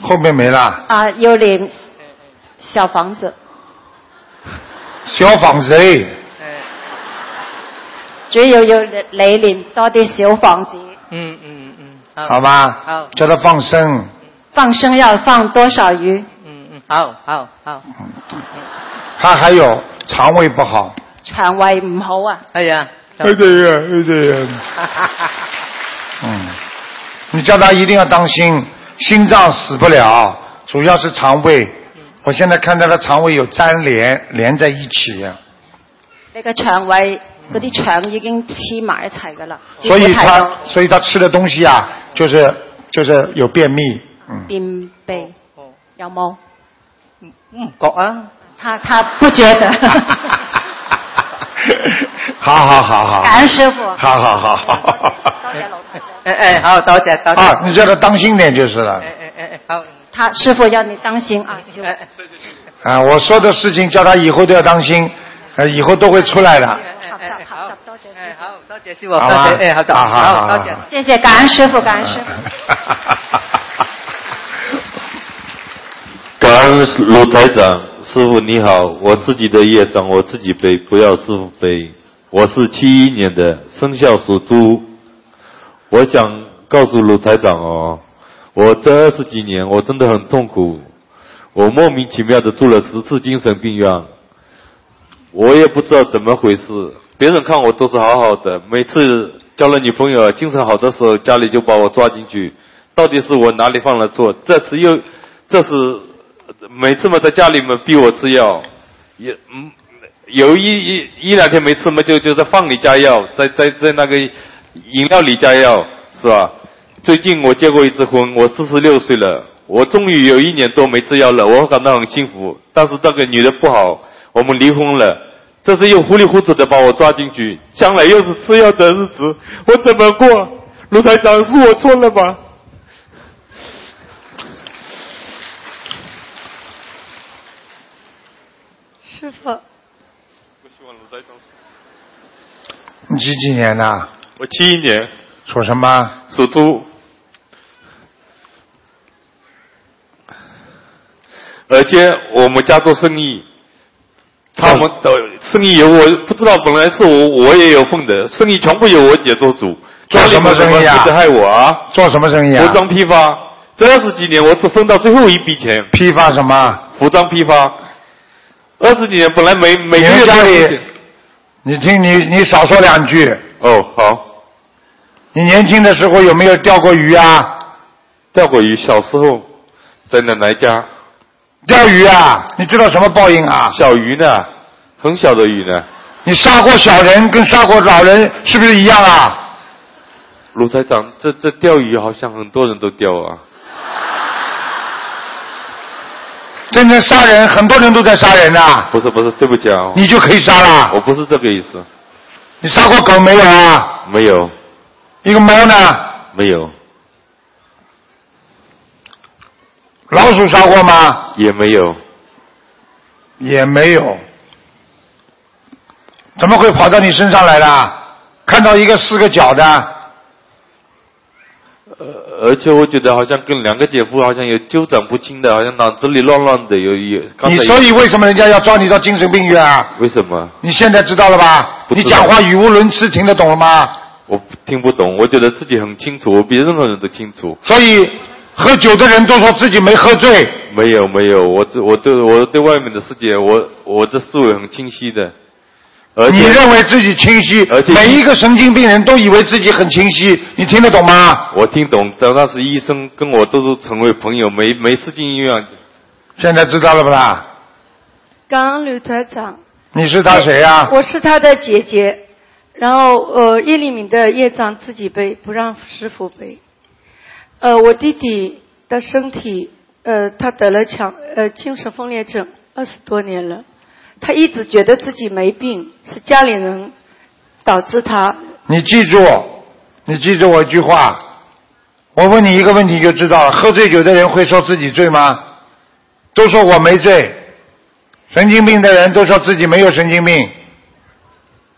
S7: 嚇，
S2: 后面没了，
S7: 啊，要念小房子。
S2: 小房子嘞，
S6: 誒
S7: 主要要你念多啲小房子，
S6: 嗯嗯嗯，好，
S2: 好吧？
S6: 好
S2: 叫他放生，
S7: 放生要放多少鱼？
S6: 嗯嗯，好好好，
S2: 他还有肠胃不好。
S7: 腸胃唔好啊，
S6: 系啊，
S2: 哎对呀，哎对呀。嗯，你叫他一定要当心，心脏死不了，主要是肠胃。
S7: 嗯
S2: 我现在看他的肠胃有粘连，连在一起。啊
S7: 你嘅腸胃嗰啲腸已經黐埋一齊噶啦，
S2: 所以
S7: 睇
S2: 他
S7: 到
S2: 所以他吃的东西啊，就是就是有便秘，嗯，
S7: 便秘有冇？
S6: 唔觉啊，
S7: 他他不觉得。
S2: 好好好好，
S7: 感恩师傅。
S2: 好好好好，
S7: 多謝老太長
S6: 诶诶，好，多谢多谢，
S2: 啊，你叫他当心点就是了
S6: 诶。诶诶，好，
S7: 他师傅要你當心啊，小心。
S2: 啊，我说的事情叫他以后都要当心，呃，以后都会出来的。
S7: 合十合十，多謝
S6: 诶
S7: 師傅。
S6: 好，多谢师傅，
S2: 好
S6: 多
S2: 吧
S6: 谢，诶好，
S2: 好好好
S6: 好，多谢
S2: 好。
S7: 謝謝感恩師傅，感恩師傅。
S10: 感恩卢台长，师傅你好，我自己的业障我自己背，不要师傅背。我是七一年的，生肖属猪。我想告诉卢台长哦，我这二十几年我真的很痛苦，我莫名其妙的住了十次精神病院，我也不知道怎么回事。别人看我都是好好的，每次交了女朋友精神好的时候，家里就把我抓进去。到底是我哪里犯了错？这次又，这次每次嘛，在家里面逼我吃药，也嗯，有一一一两天没吃嘛，就就在饭里加药，在在在那个饮料里加药，是吧？最近我结过一次婚，我四十六岁了，我终于有一年多没吃药了，我感到很幸福。但是这个女的不好，我们离婚了。这次又糊里糊涂的把我抓进去，将来又是吃药的日子，我怎么过？卢台长，是我错了吧？
S7: 師傅，
S9: 我希望卢台长，
S2: 你几几年的？
S10: 我七一年
S2: 属什么？
S10: 属猪，而且我们家做生意，他们的生意有我不知道，本来是我我也有份的，生意全部由我姐做主，
S2: 做什么生意啊
S10: 哪里有谁害我啊？
S2: 做什么生意啊
S10: 服？装批发，这二十几年我只分到最后一笔钱，
S2: 批发什么？
S10: 服装批发，二十几年本来每每个
S2: 你
S10: 月
S2: 们家
S10: 都有一
S2: 里
S10: 点，
S2: 你听你你少说两句。
S10: 哦好，
S2: 你年轻的时候有没有钓过鱼啊？
S10: 钓过鱼，小时候在奶奶家。
S2: 钓鱼啊？你知道什么报应啊？
S10: 小鱼呢，很小的鱼呢。
S2: 你杀过小人跟杀过老人是不是一样啊？
S10: 卢台长，这这钓鱼好像很多人都钓啊。
S2: 真正杀人，很多人都在杀人呐、
S10: 不是不是，对不起啊，
S2: 你就可以杀
S10: 我
S2: 啦。
S10: 不是这个意思，
S2: 你杀过狗没有啊？
S10: 没有
S2: 一个猫呢？
S10: 没有
S2: 老鼠杀过吗？
S10: 也没有，
S2: 也没有。怎么会跑到你身上来了？看到一个四个脚的，
S10: 呃，而且我觉得好像跟两个姐夫好像有纠缠不清的，好像脑子里乱乱的，有有。刚
S2: 你
S10: 才
S2: 所以为什么人家要抓你到精神病院啊？
S10: 为什么
S2: 你现在知道了吧？
S10: 不知
S2: 你
S10: 道
S2: 讲话语无伦次，听得懂了吗？
S10: 我听不懂？我觉得自己很清楚，我比任何人都清楚。
S2: 所以喝酒的人都说自己没喝醉，
S10: 没有没有，我这我对我对外面的世界，我我这思维很清晰的，而且
S2: 你认为自己清晰
S10: 而，且
S2: 每一个神经病人都以为自己很清晰，你听得懂吗？
S10: 我听懂，但当时医生跟我都是成为朋友，每每次进医院，
S2: 现在知道了不啦？
S11: 感恩吕台长，
S2: 你是他谁啊呀、
S11: 我是他的姐姐，然后呃，叶利敏的业障自己背，不让师傅背。呃，我弟弟的身体，呃，他得了强呃精神分裂症，二十多年了，他一直觉得自己没病，是家里人导致他。
S2: 你记住，你记住我一句话，我问你一个问题就知道了。喝醉酒的人会说自己醉吗？都说我没醉，神经病的人都说自己没有神经病，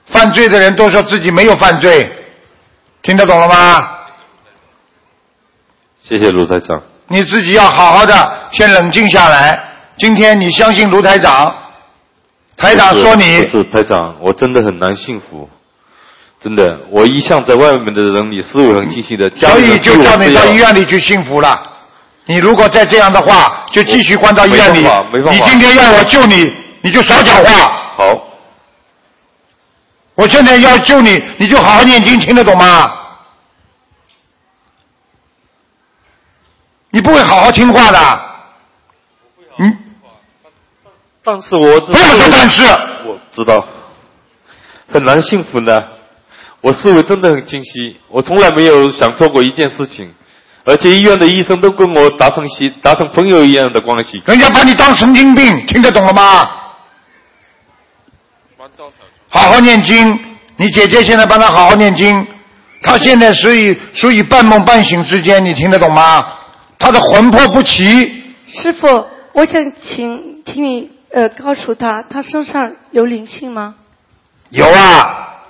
S2: 犯罪的人都说自己没有犯罪，听得懂了吗？
S10: 谢谢卢台长，
S2: 你自己要好好的先冷静下来。今天你相信卢台长，台长说
S10: 不
S2: 你
S10: 是不是台长，我真的很难幸福，真的，我一向在外面的人里思维很清晰的，家
S2: 所
S10: 里
S2: 以
S10: 人
S2: 就
S10: 对我
S2: 叫
S10: 这
S2: 你到
S10: 样
S2: 医院里去幸福了。你如果再这样的话，就继续关到医院里
S10: 没办法没。办法
S2: 你今天要我救你，你就少讲话。
S10: 好，
S2: 我现在要救你，你就好好念经，听得懂吗？你不会好好听话的。
S10: 但是我不
S2: 要说但是，
S10: 我知道，很难幸福呢。我思维真的很清晰，我从来没有想错过一件事情，而且医院的医生都跟我达成习达成朋友一样的关系。
S2: 人家把你当神经病，听得懂了吗？好好念经，你姐姐现在帮她好好念经，她现在属于属于半梦半醒之间，你听得懂吗？她的魂魄不齐，
S11: 师傅，我想请请你呃告诉他，他身上有灵性吗？
S2: 有啊，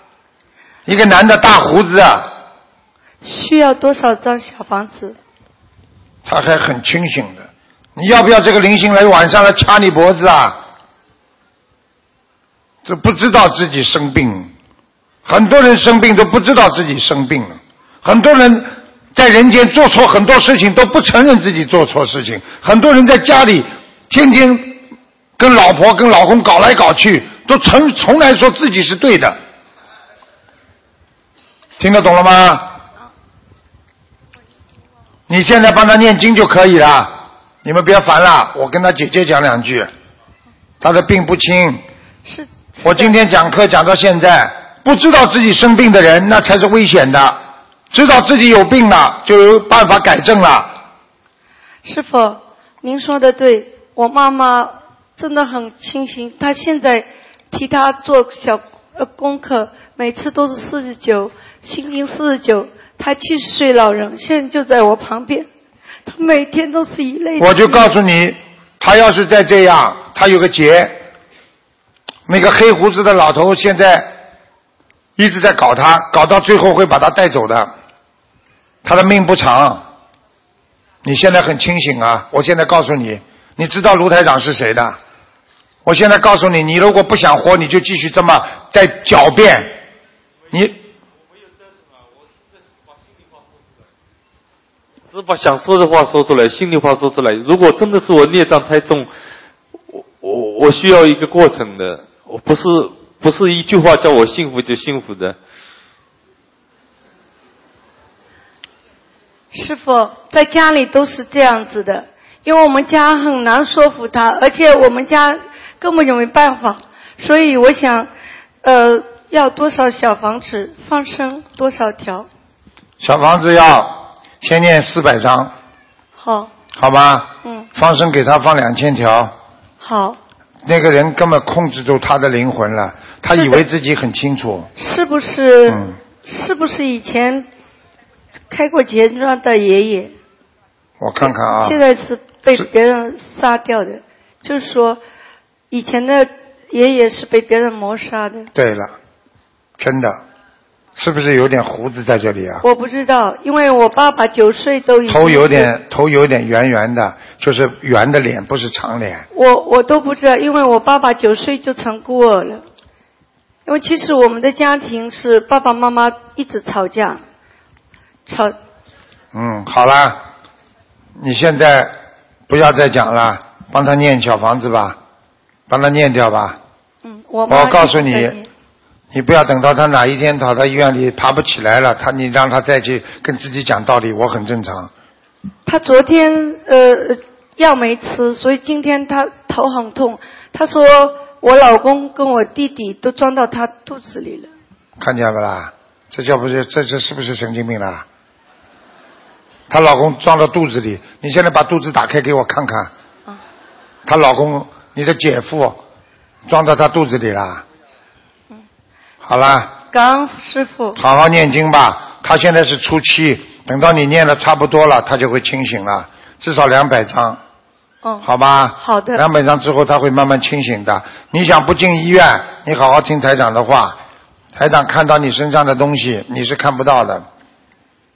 S2: 一个男的大胡子，啊
S11: 需要多少张小房子？
S2: 他还很清醒的。你要不要这个灵性来晚上来掐你脖子啊？这不知道自己生病，很多人生病都不知道自己生病了。很多人在人间做错很多事情都不承认自己做错事情，很多人在家里天天跟老婆跟老公搞来搞去，都从从来说自己是对的。听得懂了吗？你现在帮他念经就可以了，你们别烦了，我跟他姐姐讲两句，他的病不轻。
S11: 是。
S2: 我今天讲课讲到现在，不知道自己生病的人，那才是危险的；知道自己有病了，就有办法改正了。
S11: 师傅，您说的对，我妈妈真的很清醒，她现在替她做小呃功课，每次都是四十九，心经四十九。她七十岁老人，现在就在我旁边，她每天都是以泪。
S2: 我就告诉你，他要是再这样，他有个结。那个黑胡子的老头现在一直在搞他，搞到最后会把他带走的。他的命不长。你现在很清醒啊！我现在告诉你，你知道卢台长是谁的。我现在告诉你，你如果不想活，你就继续这么在狡辩。你
S10: 只把想说的话说出来，心里话说出来。如果真的是我孽障太重，我我我需要一个过程的，我不是不是一句话叫我幸福就幸福的。
S11: 师傅在家里都是这样子的，因为我们家很难说服他，而且我们家根本就没办法，所以我想，呃，要多少小房子放生多少条？
S2: 小房子要先念四百张，
S11: 好，
S2: 好吗？
S11: 嗯，
S2: 放生给他放两千条。
S11: 好，
S2: 那个人根本控制住他的灵魂了，他以为自己很清楚。嗯
S11: 是不是？是不是以前开过劫庄的爷爷，
S2: 我看看啊，
S11: 现在是被别人杀掉的？就是说，以前的爷爷是被别人谋杀的。
S2: 对了，真的，是不是有点胡子在这里啊？
S11: 我不知道，因为我爸爸九岁都已经
S2: 头有
S11: 是
S2: 点头有点圆圆的，就是圆的脸，不是长脸。
S11: 我我都不知道，因为我爸爸九岁就成孤儿了。因为其实我们的家庭是爸爸妈妈一直吵架，吵
S2: 嗯，好啦，你现在不要再讲了，帮他念小房子吧，帮他念掉吧。
S11: 嗯，我妈
S2: 我告诉
S11: 一直在
S2: 你
S11: 念，
S2: 你不要等到他哪一天跑到医院里爬不起来了，他你让他再去跟自己讲道理，我很正常。
S11: 他昨天呃药没吃，所以今天他头很痛。他说我老公跟我弟弟都钻到他肚子里了。
S2: 看见不啦？这叫不是这这是不是神经病啦？她老公装到肚子里，你现在把肚子打开给我看看。她老公，你的姐夫，装到她肚子里啦。好啦，
S11: 感恩师傅，
S2: 好好念经吧。她现在是初期，等到你念的差不多了，她就会清醒了，至少两百张，
S11: 嗯，
S2: 好吧？
S11: 好的，
S2: 两百张之后，他会慢慢清醒的。你想不进医院，你好好听台长的话，台长看到你身上的东西，你是看不到的。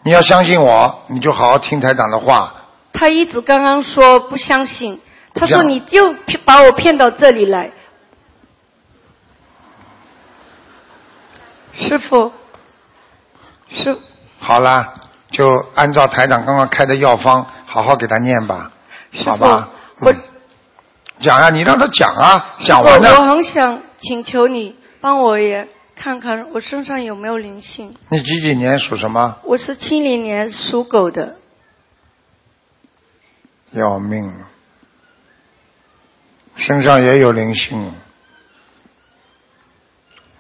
S2: 你要相信我，你就好好听台长的话。
S11: 他一直刚刚说不相信，他说
S2: 这样
S11: 你就把我骗到这里来。师傅，是
S2: 好啦，就按照台长刚刚开的药方，好好给他念吧，好吧？嗯，讲啊，你让他讲啊，讲完
S11: 我
S2: 了，
S11: 我很想请求你帮我也看看我身上有没有灵性。
S2: 你几几年属什么？
S11: 我是七零年属狗的，
S2: 要命了，身上也有灵性，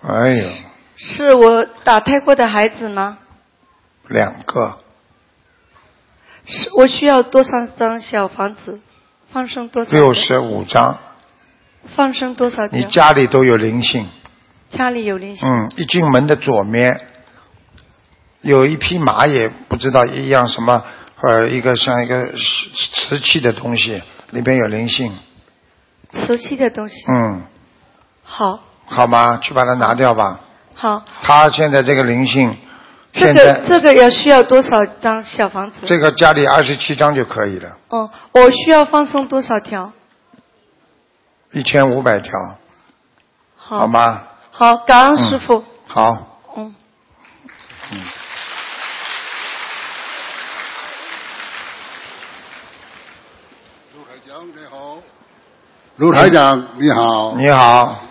S2: 哎呦，
S11: 是我打胎过的孩子吗？
S2: 两个，
S11: 是我需要多少张小房子？放生多少条？
S2: 六十五张，
S11: 放生多少条？
S2: 你家里都有灵性。
S11: 家里有灵性？
S2: 嗯，一进门的左面有一匹马，也不知道一样什么，呃，一个像一个石瓷器的东西，里边有灵性。
S11: 瓷器的东西。
S2: 嗯，
S11: 好，
S2: 好吗？去把它拿掉吧。
S11: 好，
S2: 他现在这个灵性，
S11: 这
S2: 现
S11: 个
S2: 在
S11: 这个要需要多少张小房子？
S2: 这个家里二十七张就可以了，
S11: 哦，我需要放松多少条？
S2: 一千五百条，
S11: 好，
S2: 好？嗯吗？
S11: 好，感恩师傅。
S2: 好，嗯
S11: 嗯，
S12: 卢台长你好，
S2: 你好，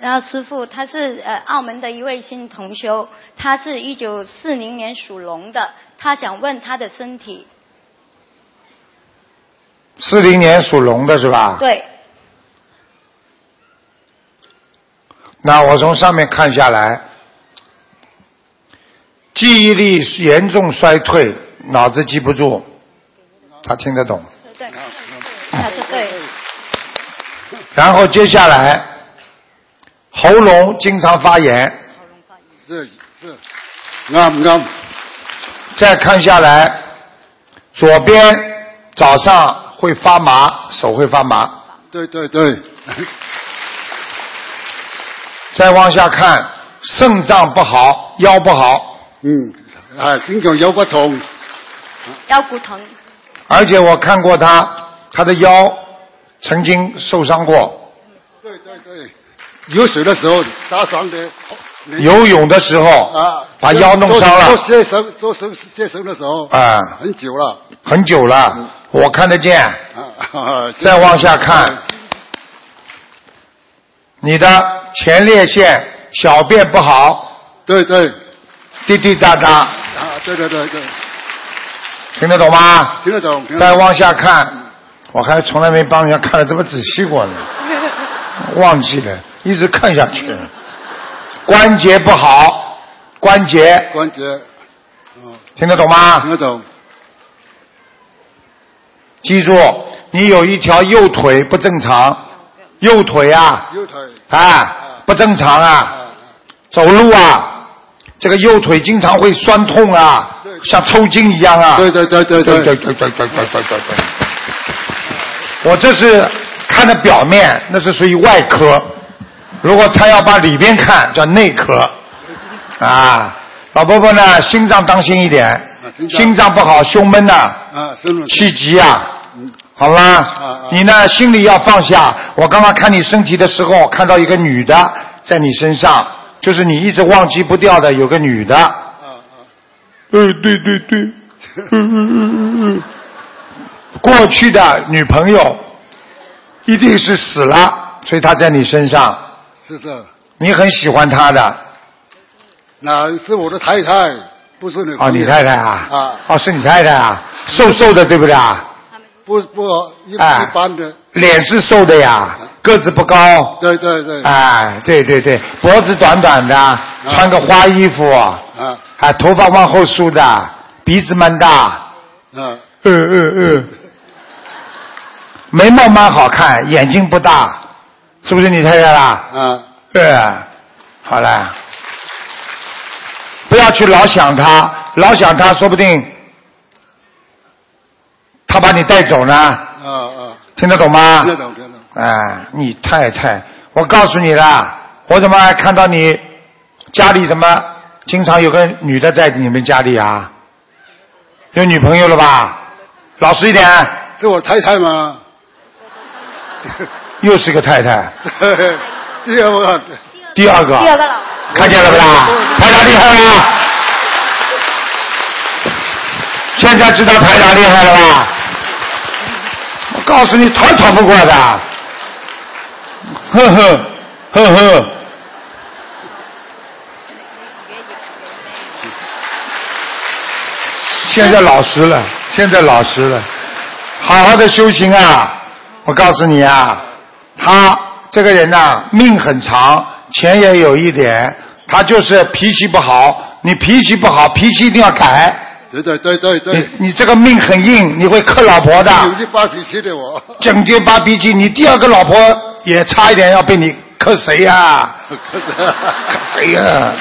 S13: 然后师傅他是呃澳门的一位新同修，他是一九四零年属龙的，他想问他的身体。
S2: 四零年属龙的是吧？
S13: 对，
S2: 那我从上面看下来，记忆力严重衰退，脑子记不住，他听得懂。
S13: 对，他说对，
S2: 然后接下来，喉咙经常发炎，
S12: 是是，啱唔啱？
S2: 再看下来，左边早上会发麻，手会发麻。
S12: 对对对，
S2: [laughs] 再往下看，肾脏不好，腰不好，
S12: 嗯，啊，经常有不同，
S13: 腰骨疼，
S2: 而且我看过他，他的腰曾经受伤过，
S12: 对对对，有水的时候打伤的，
S2: 游泳的时候
S12: 啊，
S2: 把腰弄伤
S12: 做
S2: 了，
S12: 做接绳做绳接绳的时候，
S2: 啊，
S12: 很久了， [laughs]
S2: 很久了，我看得见。
S12: 啊，
S2: 再往下看，你的前列腺小便不好，
S12: 对对，
S2: 滴滴答答，
S12: 啊，对对对对，
S2: 听得懂吗？
S12: 听得懂，听得懂
S2: 再往下看，我还从来没帮人家看的这么仔细
S12: [laughs]
S2: 过呢，忘记了，一直看下去了。关节不好，关节
S12: 关节，嗯
S2: 听得懂吗？
S12: 听得懂。
S2: 记住，你有一条右腿不正常，右腿啊
S12: 右腿，
S2: 啊不正常啊，走路啊，这个右腿经常会酸痛啊，像抽筋一样啊。
S12: 对对对对
S2: 对
S12: 对
S2: 对对对对对对对对。我这是看的表面，那是属于外科。如果他要把里边看，叫内科。啊，老伯伯呢，心脏当心一点，心脏不好，胸闷呐、
S12: 啊，是不是
S2: 气急啊，好啦，你呢心里要放下。我刚刚看你身体的时候，看到一个女的在你身上，就是你一直忘记不掉的，有个女的。嗯对对对，嗯嗯嗯嗯嗯，过去的女朋友一定是死了，所以她在你身上，
S12: 是是，
S2: 你很喜欢她的
S12: 那是我的太太，不是你
S2: 哦，你太太啊，
S12: 啊，
S2: 哦是你太太啊，瘦瘦的对不对啊？
S12: 不不一
S2: 哎
S12: 一般的，
S2: 脸是瘦的呀，个子不高。
S12: 对对对，
S2: 哎，对对对，脖子短短的，穿个花衣服，
S12: 啊
S2: 啊，头发往后梳的，鼻子蛮大，
S12: 啊，
S2: 嗯嗯嗯，眉毛蛮好看，眼睛不大，是不是你太太啦？
S12: 啊，
S2: 对、好了，不要去老想他，老想他，说不定他把你带走呢，
S12: 啊啊，
S2: 听得懂吗？
S12: 听得懂，听得懂，
S2: 啊，你太太，我告诉你啦，我怎么还看到你家里怎么经常有个女的在你们家里啊？有女朋友了吧？老实一点，
S12: 是我太太吗？
S2: 又是个太太，
S12: [laughs] 第二个，
S2: 第二个，
S13: 第二个老
S2: 看见了不啦？太太厉害啦！人家知道台长厉害了吧？我告诉你，逃也逃不过的。呵呵，呵呵。现在老实了，现在老实了，好好的修行啊！我告诉你啊，他这个人呐、命很长，钱也有一点，他就是脾气不好。你脾气不好，脾气一定要改。
S12: 对对对对对，
S2: 你这个命很硬，你会克老婆的，
S12: 有些发脾气的我， [laughs]
S2: 整天发脾气。你第二个老婆也差一点要被你克谁呀、谁哎呀、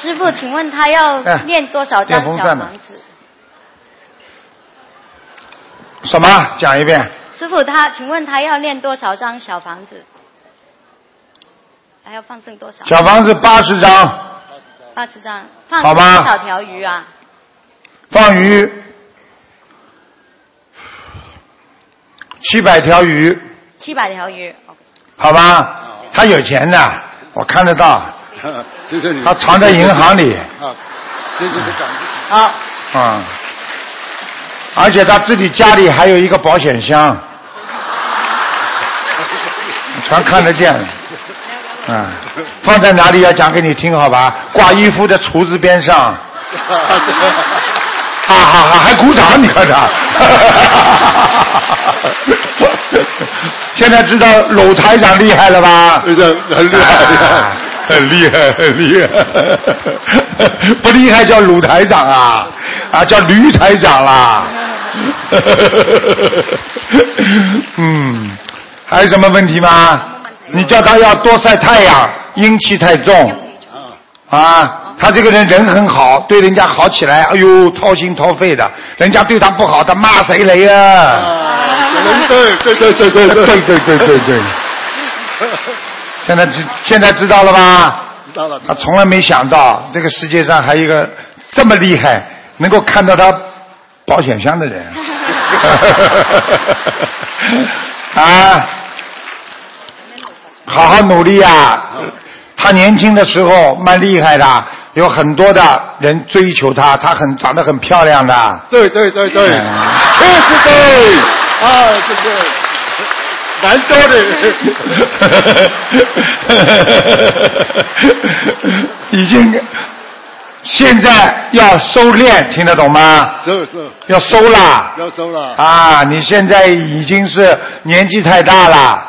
S13: 师傅，请问他要
S2: 哎
S13: 念多少张
S2: 电风
S13: 小
S2: 扇呢
S13: 房子？
S2: 什么？讲一遍。
S13: 师傅，他请问他要念多少张小房子？还要放生多少？
S2: 小房子八十张， [laughs]
S13: 八十张，放
S2: 好
S13: 生
S2: 吧
S13: 多少条鱼啊？
S2: 放鱼七百条鱼，
S13: 七百条鱼。
S2: 好吧？他有钱的，我看得到，
S12: 谢谢你。
S2: 他藏在银行里
S12: 啊，谢谢你感激。
S13: 好，
S2: 啊、而且他自己家里还有一个保险箱， [laughs] 全看得见。嗯，放在哪里要讲给你听好吧？挂衣服的橱子边上。哈哈哈，啊还鼓掌，你看啊他。现在知道鲁台长厉害了吧？哎啊很厉害，很厉害，很厉 [laughs] 害。不厉害叫鲁台长啊，啊叫驴台长啦。嗯，还有什么问题吗？你叫他要多晒太阳，阴气太重。啊，他这个人人很好，对人家好起来，哎呦，掏心掏肺的。人家对他不好，他骂谁来呀、 [laughs] 对对对对对对对对对对。 [laughs] 现在知现在知道了吧？
S12: 知道了，
S2: 他从来没想到这个世界上还有一个这么厉害，能够看到他保险箱的
S12: [laughs]
S2: 人。啊，好好努力呀、他年轻的时候蛮厉害的，有很多的人追求他，他很长得很漂亮的。啊
S12: 对对对对，确
S2: 实对，
S12: 啊，这个蛮多的，
S2: [laughs] 已经现在要收敛，听得懂吗？
S12: 是是，
S2: 要收啦
S12: 要收了
S2: 啊！你现在已经是年纪太大了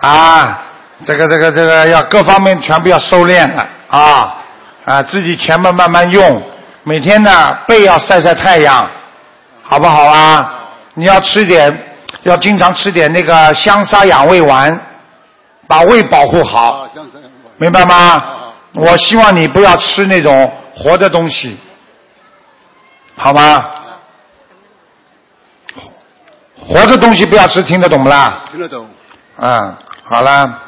S2: 啊，这个这个这个要各方面全部要收敛了啊啊！自己钱慢慢慢用，每天呢背要晒晒太阳，好不好啊？你要吃点，要经常吃点那个香砂养胃丸，把胃保护好。
S12: 啊，像这样
S2: 明白
S12: 啊
S2: 吗？我希望你不要吃那种活的东西，好吗？活的东西不要吃，听得懂不啦？
S12: 听得懂，
S2: 嗯，好啦，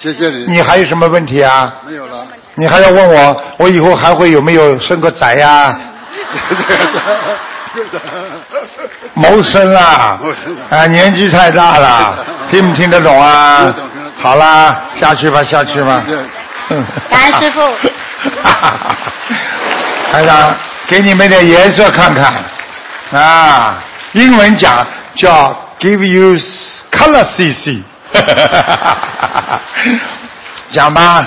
S12: 谢谢你。
S2: 你还有什么问题啊？
S12: 没有了？
S2: 你还要问我，我以后还会有没有生个仔啊呀、 [laughs] 谋生啦
S12: 谋生啦，
S2: 啊，年纪太大了， [laughs] 听不听得懂啊？好啦，下去吧，下去吧。嗯，
S13: 感恩师傅。
S2: 台长，哎给你们点颜色看看啊！英文讲叫 “give you color [laughs] CC”，讲吧。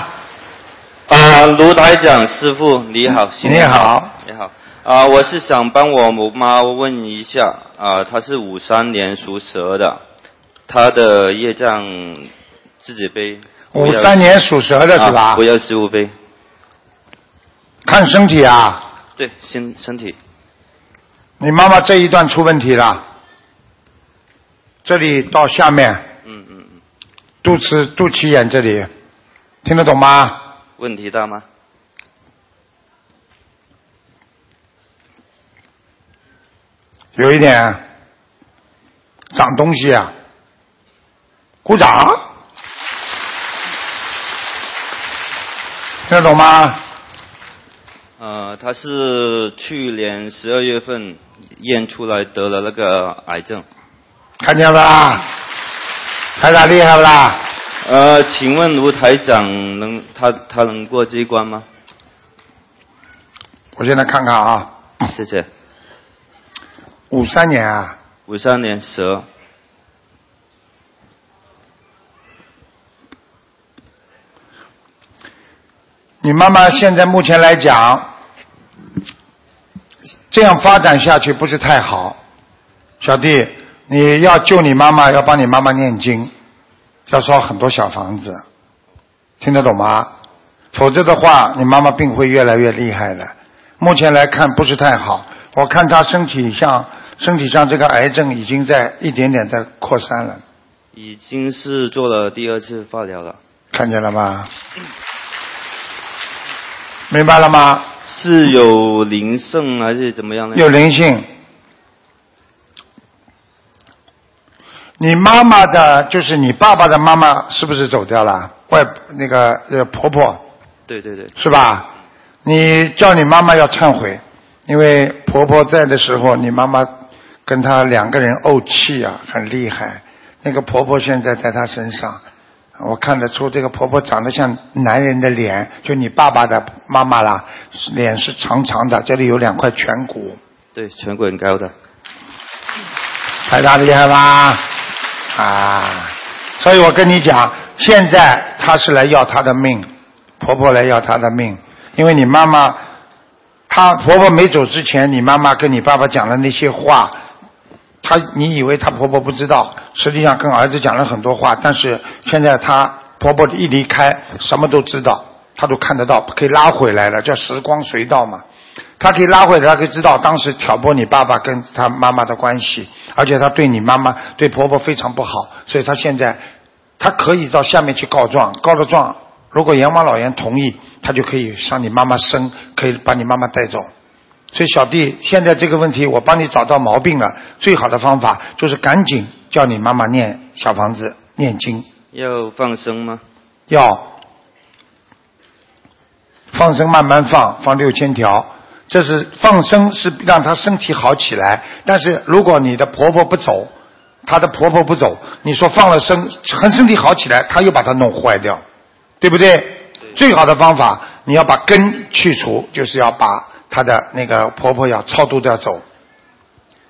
S14: 啊，卢台长师傅，你好，新
S2: 嗯
S14: 年
S2: 你好，
S14: 你好。啊，我是想帮我母妈问一下，啊，她是五三年属蛇的，她的业障自己背。
S2: 53年属蛇的是吧
S14: 不要十五背，
S2: 看身体啊，
S14: 对，身身体
S2: 你妈妈这一段出问题了，这里到下面，
S14: 嗯嗯，
S2: 肚脐肚脐眼这里，听得懂吗？
S14: 问题大吗？
S2: 有一点长东西啊，鼓掌，听得懂吗？
S14: 呃，她是去年十二月份验出来得了那个癌症。
S2: 看见了啊吧？台长厉害不啦？
S14: 呃，请问卢台长能他他能过这一关吗？
S2: 我现在看看啊，
S14: 谢谢。
S2: 五三年啊，
S14: 五三年蛇，
S2: 你妈妈现在目前来讲，这样发展下去不是太好。小弟，你要救你妈妈，要帮你妈妈念经，要烧很多小房子，听得懂吗？否则的话，你妈妈病会越来越厉害的。目前来看不是太好，我看她身体上身体上这个癌症已经在一点点在扩散了，
S14: 已经是做了第二次化疗了。
S2: 看见了吗？明白了吗？
S14: 是有灵性还是怎么样呢？
S2: 有灵性。你妈妈的，就是你爸爸的妈妈，是不是走掉了？外那个呃婆婆
S14: 对对对，
S2: 是吧？你叫你妈妈要忏悔，因为婆婆在的时候，你妈妈跟她两个人怄气啊，很厉害。那个婆婆现在在她身上，我看得出这个婆婆长得像男人的脸，就你爸爸的妈妈啦，脸是长长的，这里有两块颧骨。
S14: 对，颧骨很高的。
S2: 台大厉害吧？啊，所以我跟你讲，现在她是来要她的命，婆婆来要她的命，因为你妈妈，她婆婆没走之前，你妈妈跟你爸爸讲的那些话，她你以为她婆婆不知道，实际上跟儿子讲了很多话，但是现在她婆婆一离开，什么都知道，她都看得到，可以拉回来了，叫时光隧道嘛。他可以拉回来，他可以知道当时挑拨你爸爸跟他妈妈的关系，而且他对你妈妈、对婆婆非常不好，所以他现在他可以到下面去告状，告了状，如果阎王老爷同意，他就可以向你妈妈生，可以把你妈妈带走。所以小弟，现在这个问题我帮你找到毛病了，最好的方法就是赶紧叫你妈妈念小房子、念经，
S14: 要放生吗？
S2: 要放生，慢慢放，放六千条。这是放生，是让她身体好起来。但是如果你的婆婆不走，她的婆婆不走，你说放了生，很身体好起来，她又把它弄坏掉，对不对？最好的方法，你要把根去除，就是要把她的那个婆婆要超度掉走。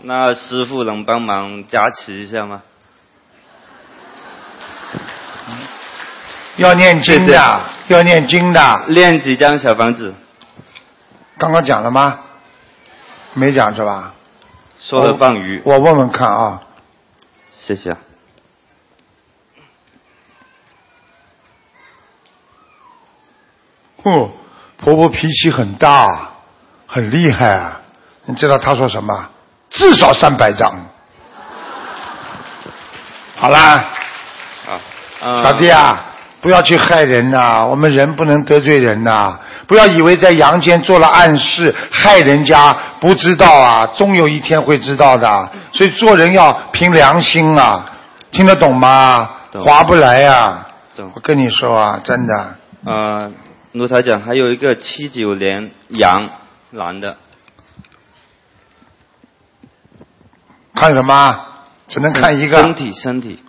S14: 那师傅能帮忙加持一下吗？
S2: 要念经的，要念经的。
S14: 练几张小房子？
S2: 刚刚讲了吗？没讲是吧？
S14: 说了放鱼，
S2: 我问问看啊。
S14: 谢谢啊。
S2: 哦，婆婆脾气很大，很厉害啊！你知道她说什么？至少三百张。好啦，
S14: 啊，呃
S2: 小弟啊，不要去害人呐、我们人不能得罪人呐、不要以为在阳间做了暗示害人家，不知道啊，终有一天会知道的。所以做人要凭良心啊，听得懂吗？
S14: 懂
S2: 划不来啊
S14: 懂！
S2: 我跟你说啊，真的。
S14: 呃，卢台长，还有一个七九年羊男的，
S2: 看什么？只能看一个。
S14: 身体身体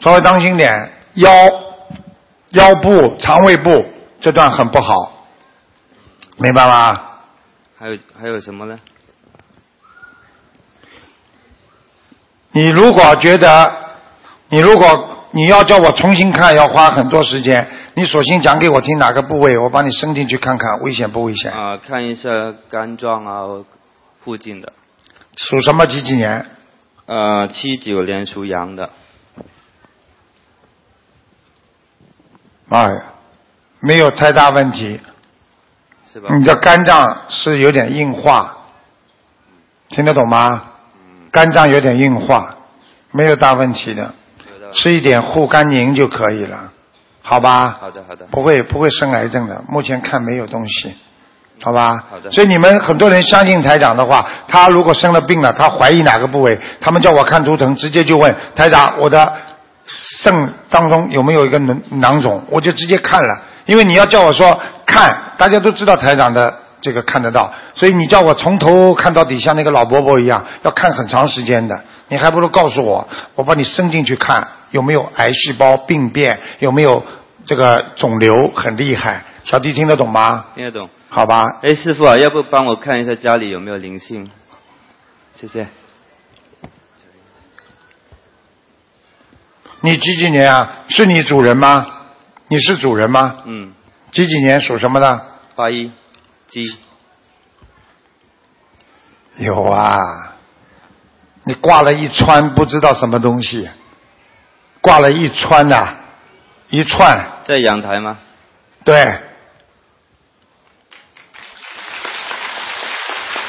S2: 稍微当心点，腰、腰部、肠胃部这段很不好，明白吗？
S14: 还有还有什么呢？
S2: 你如果觉得，你如果你要叫我重新看，要花很多时间，你索性讲给我听哪个部位，我帮你伸进去看看危险不危险。
S14: 啊、看一下肝脏啊附近的，
S2: 属什么几几年？
S14: 呃，七九年属羊的，
S2: 哎呀，没有太大问题。
S14: 是吧？
S2: 你的肝脏是有点硬化，
S14: 嗯
S2: 听得懂吗？肝脏有点硬化，没有大问题的，吃一点护肝宁就可以了，好吧？
S14: 好的好的，嗯
S2: 不会不会生癌症的，目前看没有东西，好吧？
S14: 好的
S2: 所以你们很多人相信台长的话，他如果生了病了，他怀疑哪个部位，他们叫我看图腾，直接就问台长，我的肾当中有没有一个囊囊肿，我就直接看了，因为你要叫我说看，大家都知道台长的这个看得到，所以你叫我从头看到底，像那个老伯伯一样，要看很长时间的，你还不如告诉我，我把你伸进去看有没有癌细胞病变，有没有这个肿瘤很厉害。小弟听得懂吗？
S14: 听得懂？
S2: 好吧，
S14: 哎，师傅啊，要不帮我看一下家里有没有灵性？谢谢。
S2: 你几几年啊？是你主人吗？你是主人吗？
S14: 嗯，
S2: 几几年属什么的？
S14: 八一，鸡。
S2: 有啊，你挂了一串不知道什么东西，挂了一串呐、一串，
S14: 在阳台吗？
S2: 对，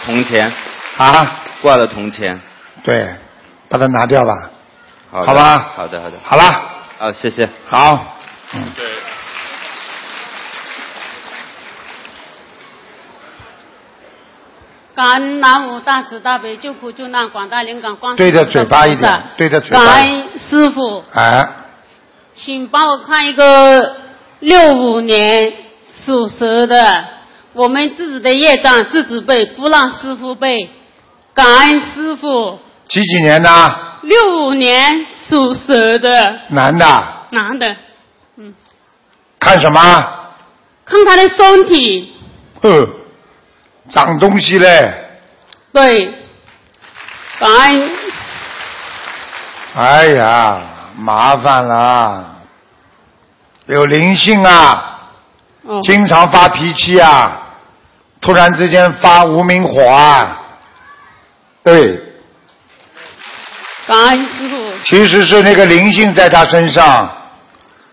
S14: 铜钱。
S2: 啊。
S14: 挂了铜钱。
S2: 对，把它拿掉吧。
S14: 好的
S2: 好吧
S14: 好的，好的。
S2: 好了，
S14: 啊，谢谢。
S2: 好，
S9: 对。
S15: 感恩南无大慈大悲救苦救难广大灵感观世
S2: 对
S15: 音
S2: 着
S15: 菩萨
S2: 嘴巴一点，对着嘴
S15: 感
S2: 巴。
S15: 恩师傅，
S2: 哎，
S15: 请帮我看一个六五年属蛇的，我们自己的业障自己背，不让师傅背。感恩师傅，
S2: 几几年的？
S15: 六五年属蛇的
S2: 男的，
S15: 男的，
S2: 看什么？
S15: 看他的身体，
S2: 嗯，长东西嘞！
S15: 对，感恩
S2: 哎呀，麻烦了，有灵性啊，
S16: 嗯
S15: 哦，
S2: 经常发脾气啊，突然之间发无名火啊。对，
S15: 感恩师傅，
S2: 其实是那个灵性在他身上，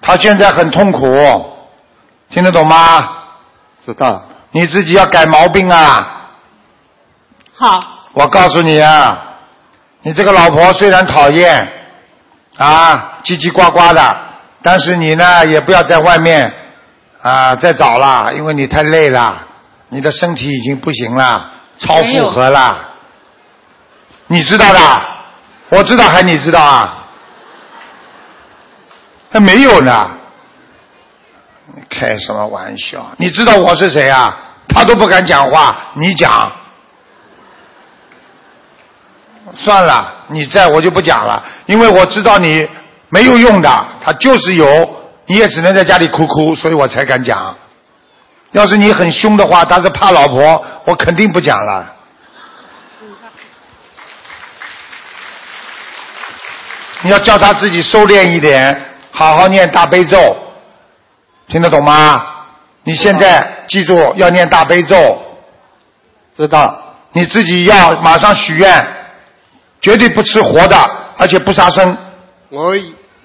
S2: 他现在很痛苦，听得懂吗？知道。你自己要改毛病啊！
S15: 好，
S2: 我告诉你啊，你这个老婆虽然讨厌，啊，叽叽呱呱的，但是你呢也不要在外面啊再找了，因为你太累了，你的身体已经不行了，超
S15: 没有
S2: 负荷了。你知道的，我知道还你知道啊？还没有呢，你开什么玩笑？你知道我是谁啊？他都不敢讲话，你讲。算了，你在我就不讲了，因为我知道你没有用的，他就是有，你也只能在家里哭哭，所以我才敢讲。要是你很凶的话，他是怕老婆，我肯定不讲了。你要叫他自己收敛一点，好好念大悲咒，听得懂吗？你现在记住要念大悲咒，知道？你自己要马上许愿，绝对不吃活的，而且不杀生。
S16: 我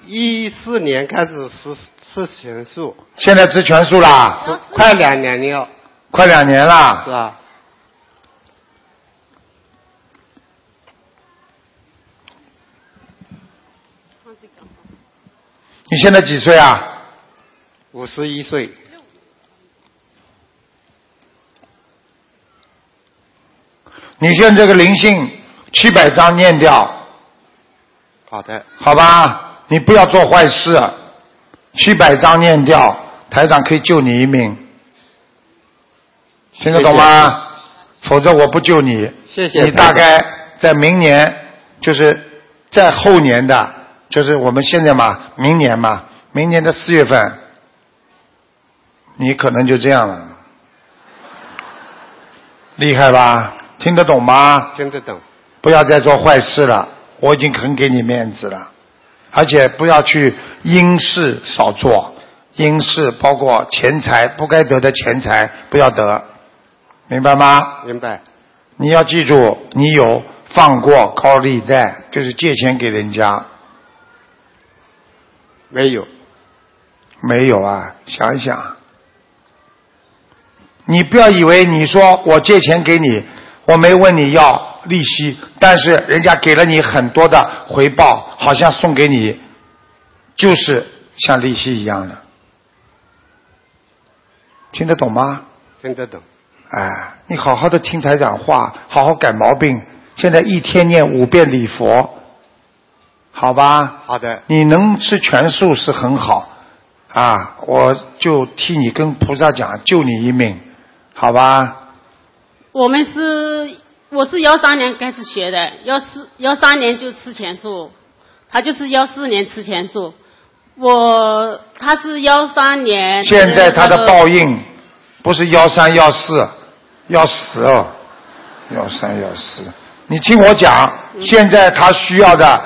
S16: 一四年开始吃吃全素，
S2: 现在吃全素啦，
S16: 吃快两年了，
S2: 快两年啦。
S16: 是啊吧？
S2: 你现在几岁啊？
S16: 五十一岁，
S2: 你现在这个灵性七百张念掉，
S16: 好的，
S2: 好吧？你不要做坏事，七百张念掉，台长可以救你一命，听得懂吗？否则我不救你。
S16: 谢谢
S2: 你大概在明年，就是在后年的，就是我们现在嘛，明年嘛，明年的四月份，你可能就这样了。厉害吧？听得懂吗？
S16: 听得懂。
S2: 不要再做坏事了，我已经很给你面子了，而且不要去因事少做，因事包括钱财不该得的钱财不要得，明白吗？
S16: 明白。
S2: 你要记住，你有放过高利贷，就是借钱给人家，
S16: 没有，
S2: 没有啊？想一想，你不要以为你说我借钱给你，我没问你要利息，但是人家给了你很多的回报，好像送给你，就是像利息一样的，听得懂吗？
S16: 听得懂。
S2: 哎，你好好的听台长话，好好改毛病。现在一天念五遍礼佛，好吧？
S16: 好的，
S2: 你能吃全素是很好啊，我就替你跟菩萨讲，救你一命，好吧？
S15: 我们是我是幺三年开始学的，幺四幺三年就吃全素，他就是幺四年吃全素。我他是幺三年，
S2: 现在他
S15: 他
S2: 的报应不是幺三幺四，要死哦，幺三幺四。你听我讲，现在他需要的，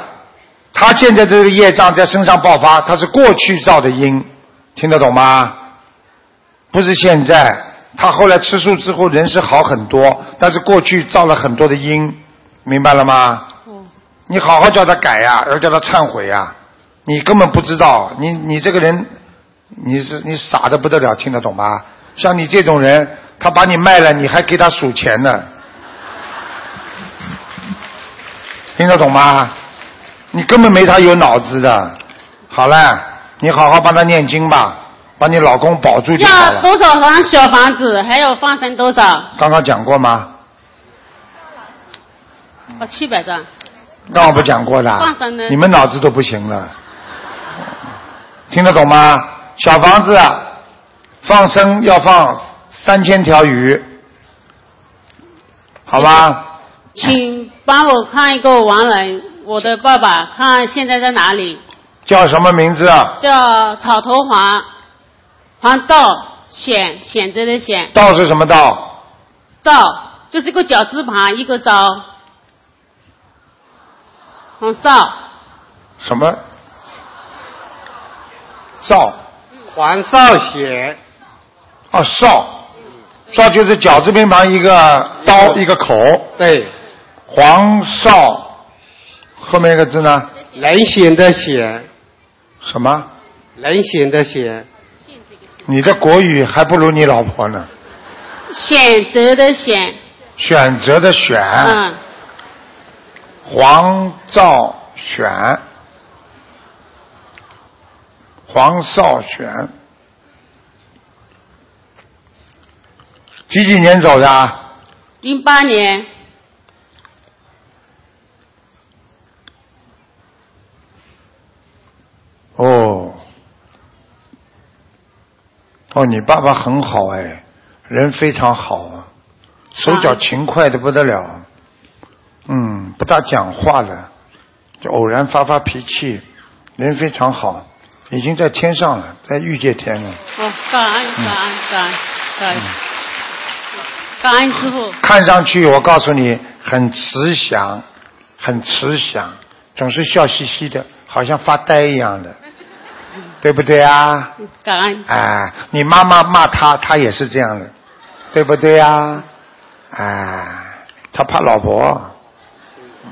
S2: 他现在的这个业障在身上爆发，他是过去造的因，听得懂吗？不是现在，他后来吃素之后人是好很多，但是过去造了很多的因，明白了吗？你好好叫他改呀、要叫他忏悔呀、你根本不知道，你你这个人，你是你傻的不得了，听得懂吗？像你这种人，他把你卖了，你还给他数钱呢，听得懂吗？你根本没他有脑子的。好了，你好好帮他念经吧，把你老公保住就好
S15: 要
S2: 了。
S15: 多少房小房子，还有放生多少？
S2: 刚刚讲过吗？
S15: 哦，七百张。
S2: 刚我不讲过的啊
S15: 放生呢？
S2: 你们脑子都不行了，听得懂吗？小房子啊放生要放三千条鱼，好吧？
S15: 请帮我看一个亡人，我的爸爸，看现在在哪里？
S2: 叫什么名字？啊？
S15: 叫草头黄，黄道显显着的显，
S2: 道是什么道？
S15: 照就是一个绞字旁一个招，黄少
S2: 什么？赵。
S16: 黄少雪，
S2: 哦，少，少就是绞字边旁一个刀一个口。
S16: 对。
S2: 黄少，后面一个字呢？
S16: 人显的显，
S2: 什么？
S16: 人显的显，
S2: 你的国语还不如你老婆呢。
S15: 显着的显，
S2: 选择的选，
S16: 啊
S15: 嗯，
S2: 黄兆选，黄少选，几几年走的啊？
S15: 零八年
S2: 哦，哦，你爸爸很好哎，人非常好啊，手脚勤快的不得了，嗯，不大讲话了，就偶然发发脾气，人非常好，已经在天上了，在欲界天了。
S15: 哦，感恩感恩感恩感恩，感恩师傅，
S2: 看上去我告诉你很慈祥，很慈祥，总是笑嘻嘻的，好像发呆一样的， [laughs] 对不对啊？
S15: 嗯感恩
S2: 哎，你妈妈骂他，他也是这样的，对不对呀、啊？哎，他怕老婆。嗯，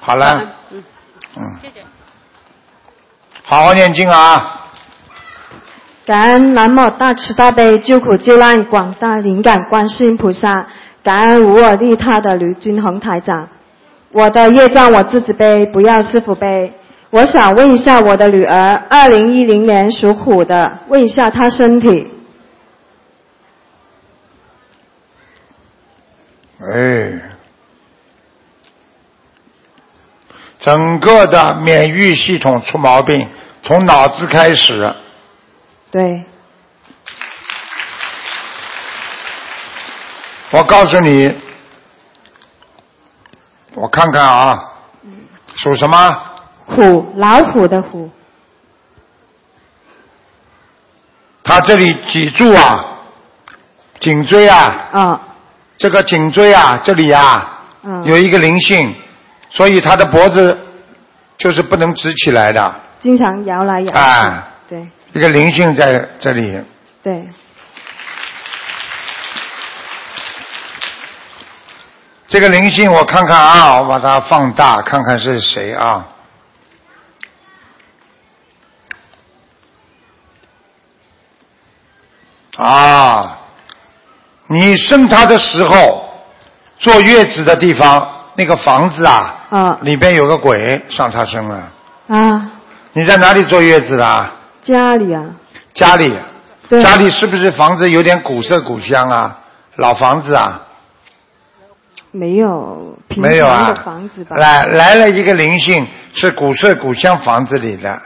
S2: 好了，
S6: [laughs]
S15: 嗯，
S2: 嗯，好好念经啊！
S5: [laughs] 感恩南无大慈大悲救苦救难广大灵感观世音菩萨，感恩无我利他的卢军宏台长。我的业障我自己背，不要师傅背。我想问一下我的女儿，二零一零年属虎的，问一下她身体。
S2: 哎，整个的免疫系统出毛病，从脑子开始。
S5: 对，
S2: 我告诉你，我看看啊，属什么？
S5: 虎，老虎的虎，
S2: 他这里脊柱啊，颈椎啊，
S5: 啊、
S2: 这个颈椎啊，这里啊，
S5: 嗯，
S2: 有一个灵性，所以他的脖子就是不能直起来的，
S5: 经常摇来摇去。
S2: 啊
S5: 对
S2: 一个灵性在这里。
S5: 对，
S2: 这个灵性我看看啊，我把它放大看看是谁啊？啊，你生他的时候，坐月子的地方那个房子啊，
S5: 啊
S2: 里边有个鬼上他身了。
S5: 啊，
S2: 你在哪里坐月子的啊？
S5: 家里啊，
S2: 家里，
S5: 对
S2: 家里是不是房子有点古色古香啊？老房子啊？
S5: 没有哦平
S2: 没有
S5: 常
S2: 啊
S5: 的房子吧？
S2: 来来了一个灵性，是古色古香房子里的，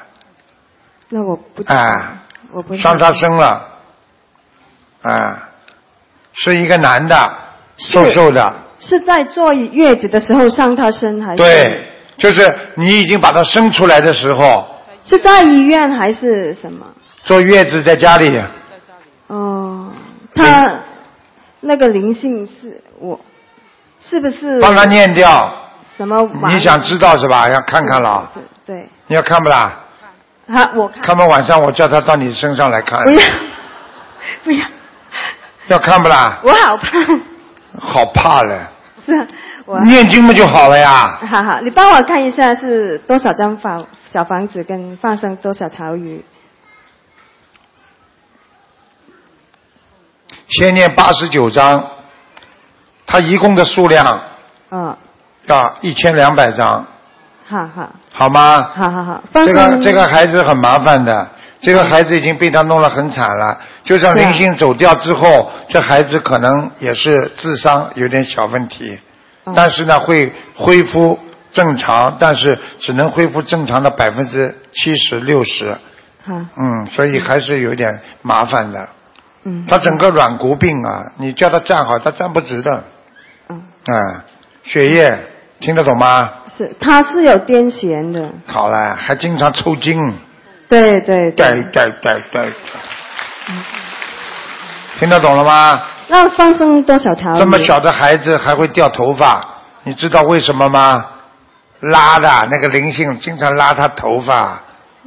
S5: 那我不知道，
S2: 啊，
S5: 我不知道
S2: 上他身了，啊，是一个男的，瘦瘦的，
S5: 是在坐月子的时候上他身还是？
S2: 对，就是你已经把他生出来的时候，
S5: 是在医院还是什么？
S2: 坐月子在家里，
S5: 哦，他那个灵性是我，是不是？
S2: 帮他念掉。
S5: 什么玩意？
S2: 你想知道是吧？要看看了，
S5: 对，
S2: 你要看不啦？
S5: 他我看
S2: 看完晚上我叫他到你身上来看，
S5: 不要不要， [laughs]
S2: 要看不啦？
S5: 我好怕，
S2: 好怕嘞，
S5: 是我
S2: 念经不就好了呀？
S5: 好好，你帮我看一下是多少张房小房子跟放生多少条鱼？
S2: 先念八十九章，他一共的数量
S5: 嗯，
S2: 要啊一千两百张，
S5: 好好
S2: 好吗？
S5: 好好好，放
S2: 这个
S5: 生
S2: 这个孩子很麻烦的，这个孩子已经被他弄得很惨了。就算
S5: 是啊
S2: 灵性走掉之后，这孩子可能也是智商有点小问题，但是呢会恢复正常，但是只能恢复正常的百分之七十六十，
S5: 好
S2: 嗯，所以还是有点麻烦的。
S5: 嗯，
S2: 他整个软骨病啊，你叫他站好，他站不直的。
S5: 嗯。
S2: 啊，血液听得懂吗？
S5: 是他是有癫痫的，
S2: 好了，还经常抽筋。
S5: 对对
S2: 对对对对。听得懂了吗？
S5: 那放生多少条鱼？
S2: 这么小的孩子还会掉头发，你知道为什么吗？拉的那个灵性经常拉他头发，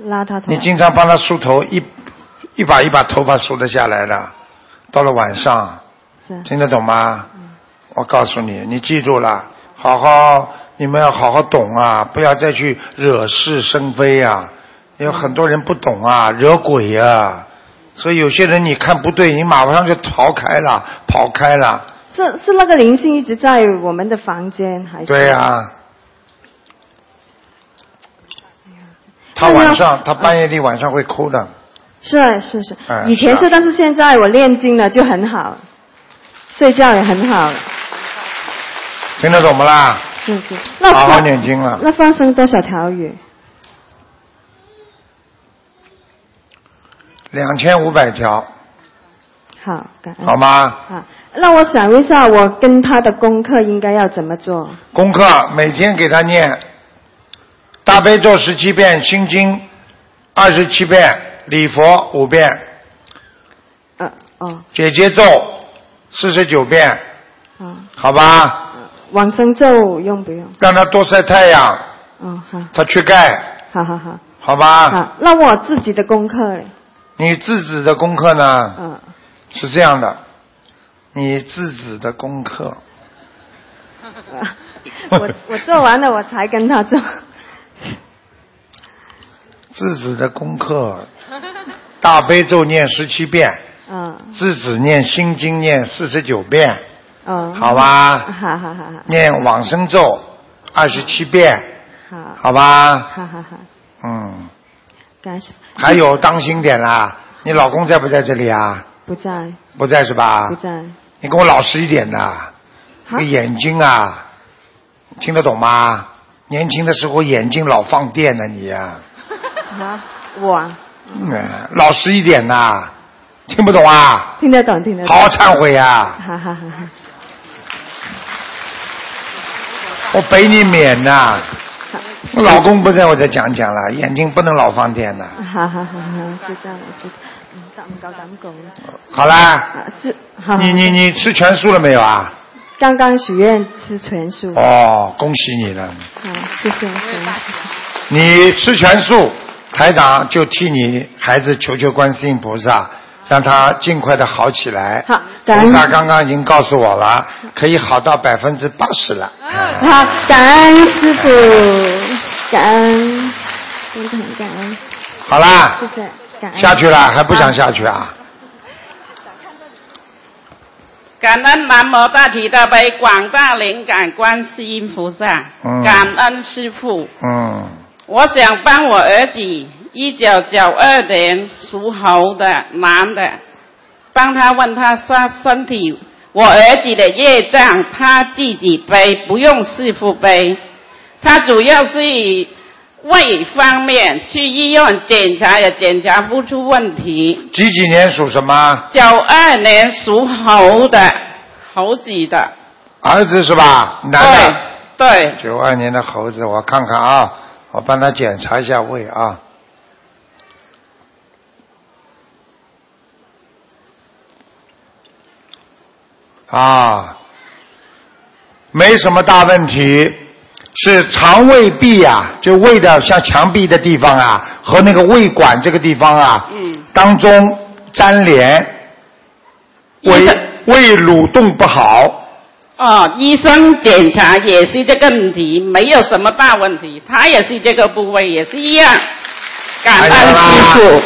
S5: 拉他头，
S2: 你经常帮他梳头，一一把一把头发梳得下来的。到了晚上，
S5: 是嗯
S2: 听得懂吗？我告诉你，你记住了，好好，你们要好好懂啊，不要再去惹是生非啊。有很多人不懂啊，惹鬼啊，所以有些人你看不对，你马上就逃开了，跑开了。
S5: 是是那个灵性一直在我们的房间还是？
S2: 对啊呀、他
S5: 哎那要
S2: 晚上，他半夜里晚上会哭的。
S5: 是是是，
S2: 哎
S5: 以前
S2: 是啊
S5: 是，但是现在我练经了就很好，睡觉也很好，
S2: 听得懂不啦？
S5: 是是。那
S2: 好好
S5: 放
S2: 念经了。
S5: 那放生多少条鱼？
S2: 两千五百条，
S5: 好，感恩。
S2: 好？吗？
S5: 啊，那我想一下，我跟他的功课应该要怎么做？
S2: 功课每天给他念大悲咒十七遍，心经二十七遍，礼佛五遍，
S5: 嗯、哦，
S2: 姐姐咒四十九遍，
S5: 嗯，
S2: 好吧？
S5: 往生咒用不用？
S2: 让他多晒太阳，
S5: 哦，好，嗯
S2: 他缺钙，
S5: 好好好。
S2: 好吧？
S5: 好，那我自己的功课嘞，
S2: 你自己的功课呢？
S5: 嗯，
S2: 是这样的，你自己的功课，
S5: [laughs] 我我做完了，我才跟他做。
S2: 自己的功课，大悲咒念十七遍，
S5: 嗯
S2: 自己念心经念四十九遍，
S5: 嗯，
S2: 好吧
S5: 好好好好
S2: 念往生咒二十七遍，
S5: 好，
S2: 好吧？
S5: 好好好，
S2: 嗯，
S5: 感谢。
S2: 还有当心点啦，你老公在不在这里啊？
S5: 不在
S2: 不在是吧
S5: 不？在，
S2: 你给我老实一点呐，这
S5: 好
S2: 个眼睛啊，听得懂吗？年轻的时候眼睛老放电呢、你呀、
S5: 好我啊
S2: 嗯，老实一点呐、听不懂啊？
S5: 听得懂听得懂。
S2: 好好忏悔啊！
S5: 好好好好，
S2: 我北你免呐、我老公不在我再讲讲了，眼睛不能老放电呐。
S5: 好好好好，知道了知道。唔够唔够胆讲。
S2: 好啦，
S5: 啊是，好。
S2: 你你你吃全素了没有啊？
S5: 刚刚许愿吃全素。
S2: 哦，恭喜你了，
S5: 好，谢谢。感谢
S2: 你吃全素，台长就替你孩子求求观世音菩萨，让他尽快的好起来。
S5: 好，感
S2: 菩萨
S5: 恩。
S2: 刚刚已经告诉我了，可以好到百分之八十了。
S5: 好，感恩师傅，感恩，真的很感恩。
S2: 好啦
S5: 谢，谢，感恩。
S2: 下去了还不想下去啊？
S3: 感恩南无大慈大悲广大灵感观世音菩萨，
S2: 嗯
S3: 感恩师父。
S2: 嗯，
S3: 我想帮我儿子，一九九二年属猴的男的，帮他问他他身体，我儿子的业障他自己背，不用师傅背。他主要是以胃方面去医院检查也检查不出问题。
S2: 几几年属什么？
S3: 九二年属猴的，猴子的，
S2: 儿子是吧？男的。
S3: 对，
S2: 九二年的猴子，我看看啊，我帮他检查一下胃啊。啊，没什么大问题，是肠胃壁啊，就胃的像墙壁的地方啊，和那个胃管这个地方啊，嗯，当中粘连，胃胃蠕动不好，
S17: 哦，医生检查也是这个问题，没有什么大问题，他也是这个部位也是一
S2: [laughs]
S17: 样。感恩师傅，
S2: 哎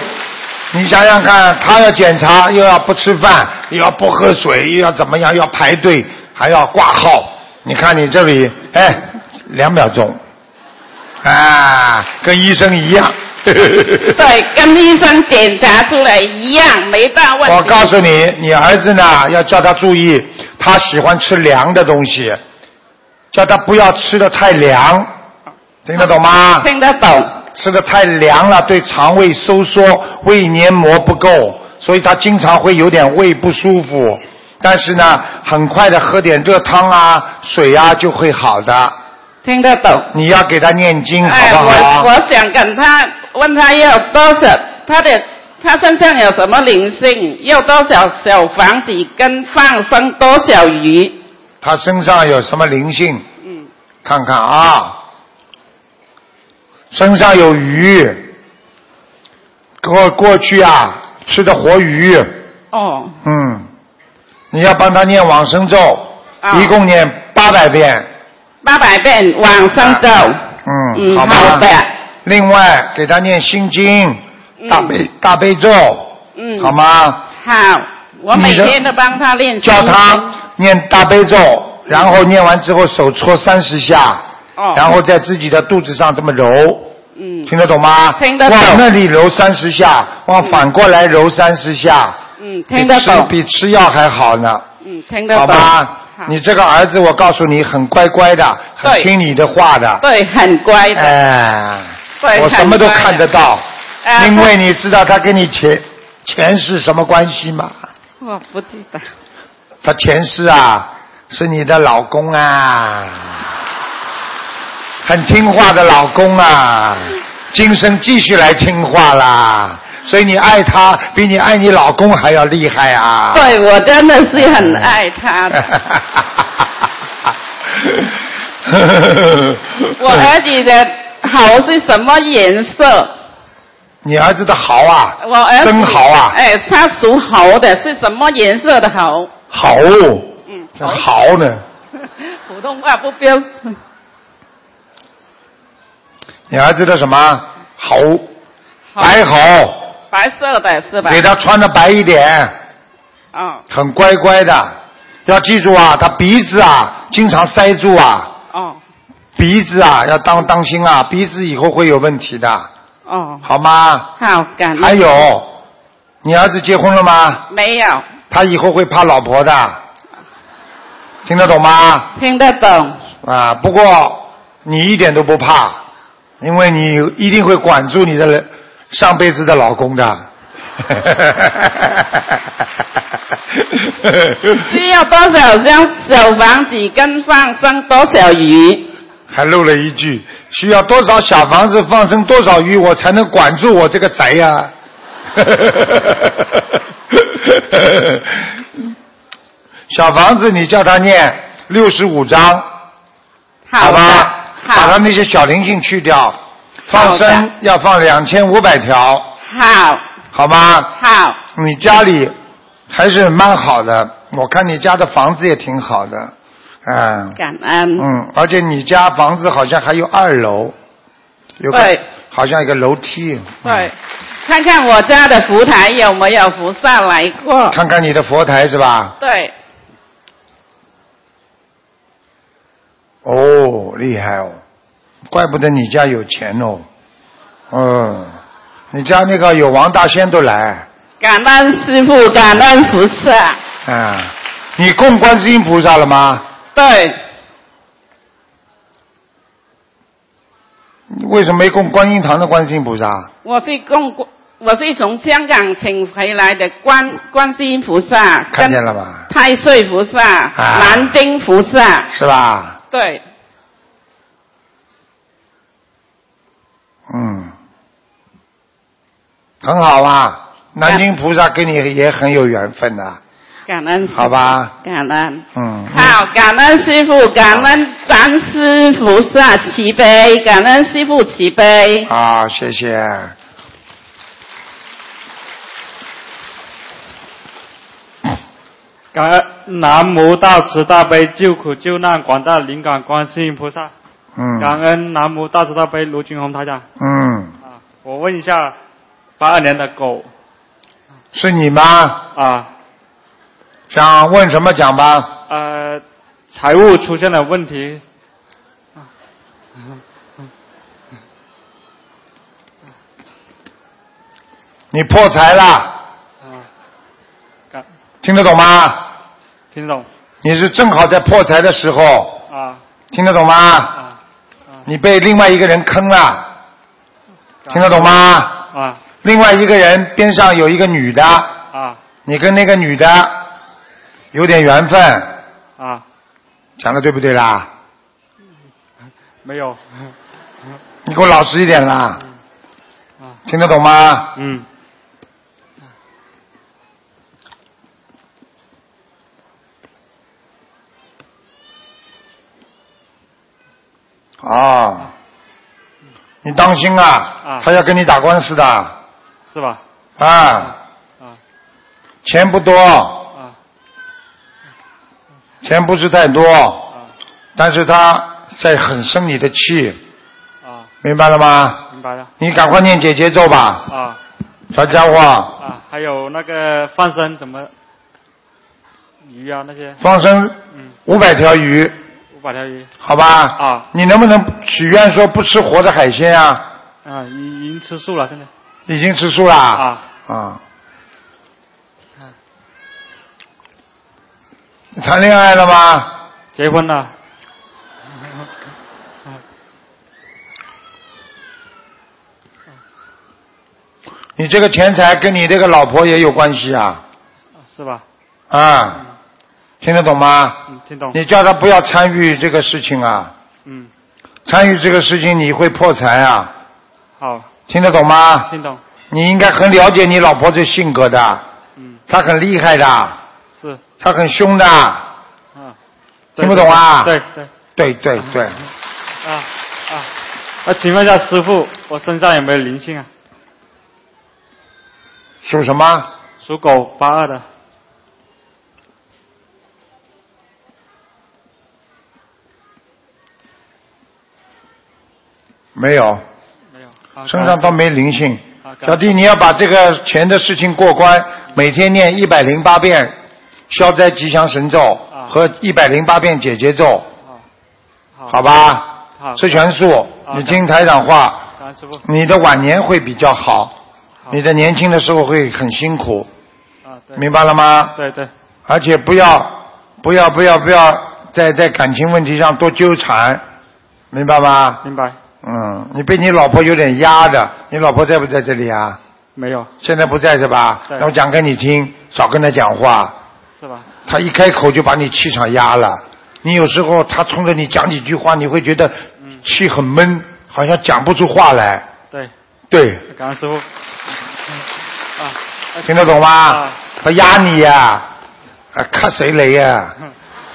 S2: 你想想看，他要检查，又要不吃饭，又要不喝水，又要怎么样，又要排队，还要挂号。你看你这里，哎，两秒钟，啊，跟医生一样。 [laughs]
S17: 对，跟医生检查出来一样，没大问题。
S2: 我告诉你，你儿子呢要叫他注意，他喜欢吃凉的东西，叫他不要吃的太凉，听得懂吗？
S17: 啊听得懂。
S2: 吃的太凉了，对肠胃收缩、胃黏膜不够，所以他经常会有点胃不舒服。但是呢，很快的喝点热汤啊、水啊就会好的。
S17: 听得懂。
S2: 你要给他念经，好
S17: 哎，
S2: 不好？
S17: 我我想跟他问他要多少，他的他身上有什么灵性，要多少小房子跟放生多少鱼。
S2: 他身上有什么灵性？
S17: 嗯，
S2: 看看啊，身上有鱼，过过去啊吃的活鱼，
S17: 哦，
S2: 嗯，你要帮他念往生咒，
S17: 啊
S2: 一共念八百遍，
S17: 八百遍往生咒。
S2: 嗯，
S17: 嗯
S2: 好吧。
S17: 好的
S2: 另外给他念心经、大悲大悲咒，
S17: 嗯，
S2: 好？吗？
S17: 好，我每
S2: 你的
S17: 天都帮他练习。
S2: 叫他念大悲咒，然后念完之后手搓三十下，
S17: 哦
S2: 然后在自己的肚子上这么揉。
S17: 嗯，
S2: 听得懂吗？
S17: 听得懂
S2: 往那里揉三十下，往反过来揉三十下。
S17: 嗯，听得
S2: 比吃
S17: 懂，
S2: 比吃药还好呢，
S17: 嗯，听得
S2: 好
S17: 懂。
S2: 吧？你这个儿子，我告诉你，很乖乖的，很
S17: 对
S2: 听你的话的。
S17: 对，很乖的。
S2: 哎，
S17: 对
S2: 我什么都
S17: 很乖的
S2: 看得到，
S17: 啊
S2: 因为你知道他跟你前前世什么关系吗？
S17: 我不记得。
S2: 他前世啊是你的老公啊，很听话的老公啊，今生继续来听话啦。所以你爱他比你爱你老公还要厉害啊！
S17: 对我真的是很爱他的。我儿子的好是什么颜色？
S2: [laughs] 你儿子的好啊，
S17: 我儿子
S2: 真好啊，
S17: 哎，他属猴的，是什么颜色的猴？
S2: 好，
S17: 嗯，
S2: 好呢。
S17: 普通话不标准。
S2: 你儿子的什么好？白好，
S17: 白色的是吧？
S2: 给他穿的白一点。
S17: 哦
S2: 很乖乖的，要记住啊，他鼻子啊经常塞住啊，
S17: 哦
S2: 鼻子啊要当当心啊，鼻子以后会有问题的，
S17: 哦，
S2: 好吗？
S17: 好感恩。
S2: 还有，你儿子结婚了吗？
S17: 没有？
S2: 他以后会怕老婆的，听得懂吗？
S17: 听得懂。
S2: 啊，不过你一点都不怕，因为你一定会管住你的上辈子的老公的。 [laughs]
S17: 需要多少张小房子跟放生多少鱼？
S2: 还漏了一句，需要多少小房子放生多少鱼，我才能管住我这个啊宅呀、 [laughs] 小房子，你叫他念六十五章，好吧？把他那些小灵性去掉，放生要放两千五百条，
S17: 好，
S2: 好吗？
S17: 好，
S2: 你家里还是蛮好的，我看你家的房子也挺好的，嗯。
S17: 感恩。
S2: 嗯，而且你家房子好像还有二楼，有个
S17: 对
S2: 好像有个楼梯。
S17: 对，
S2: 嗯
S17: 看看我家的福台有没有菩萨来过？
S2: 看看你的佛台是吧？
S17: 对，
S2: 哦，厉害哦，怪不得你家有钱哦。嗯，你家那个有王大仙都来
S17: 感恩师傅，感恩菩萨。
S2: 啊！你供观世音菩萨了吗？
S17: 对，
S2: 你为什么没供观音堂的观世音菩萨？
S17: 我是供，我是从香港请回来的观观世音菩萨、
S2: 看见了吧？
S17: 太岁菩萨、
S2: 啊
S17: 南丁菩萨。
S2: 是吧？
S17: 对，
S2: 嗯，很好啊，南京菩萨跟你也很有缘分呐、
S3: 感恩师父
S2: 好吧？
S3: 感恩，
S2: 嗯，
S3: 好，感恩师傅，感恩咱师菩萨慈悲，感恩师傅慈悲。
S2: 啊，谢谢。
S18: 感恩南无大慈大悲救苦救难广大灵感观世音菩萨，
S2: 嗯
S18: 感恩南无大慈大悲卢军宏台长。
S2: 嗯，
S18: 我问一下，八二年的狗
S2: 是你吗？
S18: 啊，
S2: 想问什么讲吧？
S18: 呃，财务出现了问题，
S2: 你破财了，
S18: 感
S2: 听得懂吗？
S18: 听懂
S2: 你是正好在破财的时候，
S18: 啊？
S2: 听得懂吗？你被另外一个人坑了，听得懂吗？
S18: 啊
S2: 另外一个人边上有一个女的，
S18: 啊
S2: 你跟那个女的有点缘分，
S18: 啊，
S2: 讲的对不对啦？
S18: 没有，
S2: 你给我老实一点啦，听得懂吗？
S18: 啊嗯。
S2: 哦，你当心啊
S18: 啊，
S2: 他要跟你打官司的
S18: 是吧？
S2: 啊
S18: 啊，
S2: 钱不多，
S18: 啊
S2: 钱不是太多，但是他在很生你的气，
S18: 啊，
S2: 明白了吗？
S18: 明白了。
S2: 你赶快念姐姐咒吧，
S18: 啊
S2: 小家伙，
S18: 啊，还有那个放生怎么鱼啊那些
S2: 放生五百条鱼，
S18: 五百条鱼
S2: 好吧？
S18: 啊，
S2: 你能不能许愿说不吃活的海鲜啊？
S18: 啊，已已经吃素了，现在
S2: 已经吃素啦？
S18: 啊
S2: 啊。你谈恋爱了吗？
S18: 结婚了。啊
S2: 你这个钱财跟你这个老婆也有关系啊？
S18: 是吧？
S2: 啊，听得懂吗？
S18: 嗯，听懂。
S2: 你叫他不要参与这个事情啊，
S18: 嗯，
S2: 参与这个事情你会破财啊，
S18: 好，
S2: 听得懂吗？
S18: 听懂
S2: 你应该很了解你老婆这性格的，
S18: 嗯，
S2: 她很厉害的，
S18: 是，
S2: 她很凶的，
S18: 嗯，
S2: 听不懂啊？
S18: 对对
S2: 对对对，
S18: 啊啊！那请问一下师傅，我身上有没有灵性啊？
S2: 属什么？
S18: 属狗，八二的。
S2: 没有，
S18: 没有，啊
S2: 身上倒没灵性。
S18: 啊感
S2: 小弟，你要把这个钱的事情过关，每天念一百零八遍消灾吉祥神咒
S18: 啊
S2: 和一百零八遍解结咒，好吧？
S18: 好，
S2: 吃全素，
S18: 好
S2: 你听台长话，
S18: 感恩师傅。
S2: 你的晚年会比较好，你的年轻的时候会很辛苦，
S18: 啊，对，
S2: 明白了吗？
S18: 对对，
S2: 而且不要不要不要不要在在感情问题上多纠缠，明白吗？
S18: 明白。
S2: 嗯，你被你老婆有点压的，你老婆在不在这里啊？
S18: 没有，
S2: 现在不在是吧？
S18: 对
S2: 那我讲给你听，少跟她讲话。
S18: 是吧？
S2: 他一开口就把你气场压了。你有时候他冲着你讲几句话，你会觉得气很闷，好像讲不出话来。
S18: 对，
S2: 对，
S18: 感恩师傅。嗯啊，
S2: 听得懂吗
S18: 啊？
S2: 他压你呀、啊，看谁雷呀、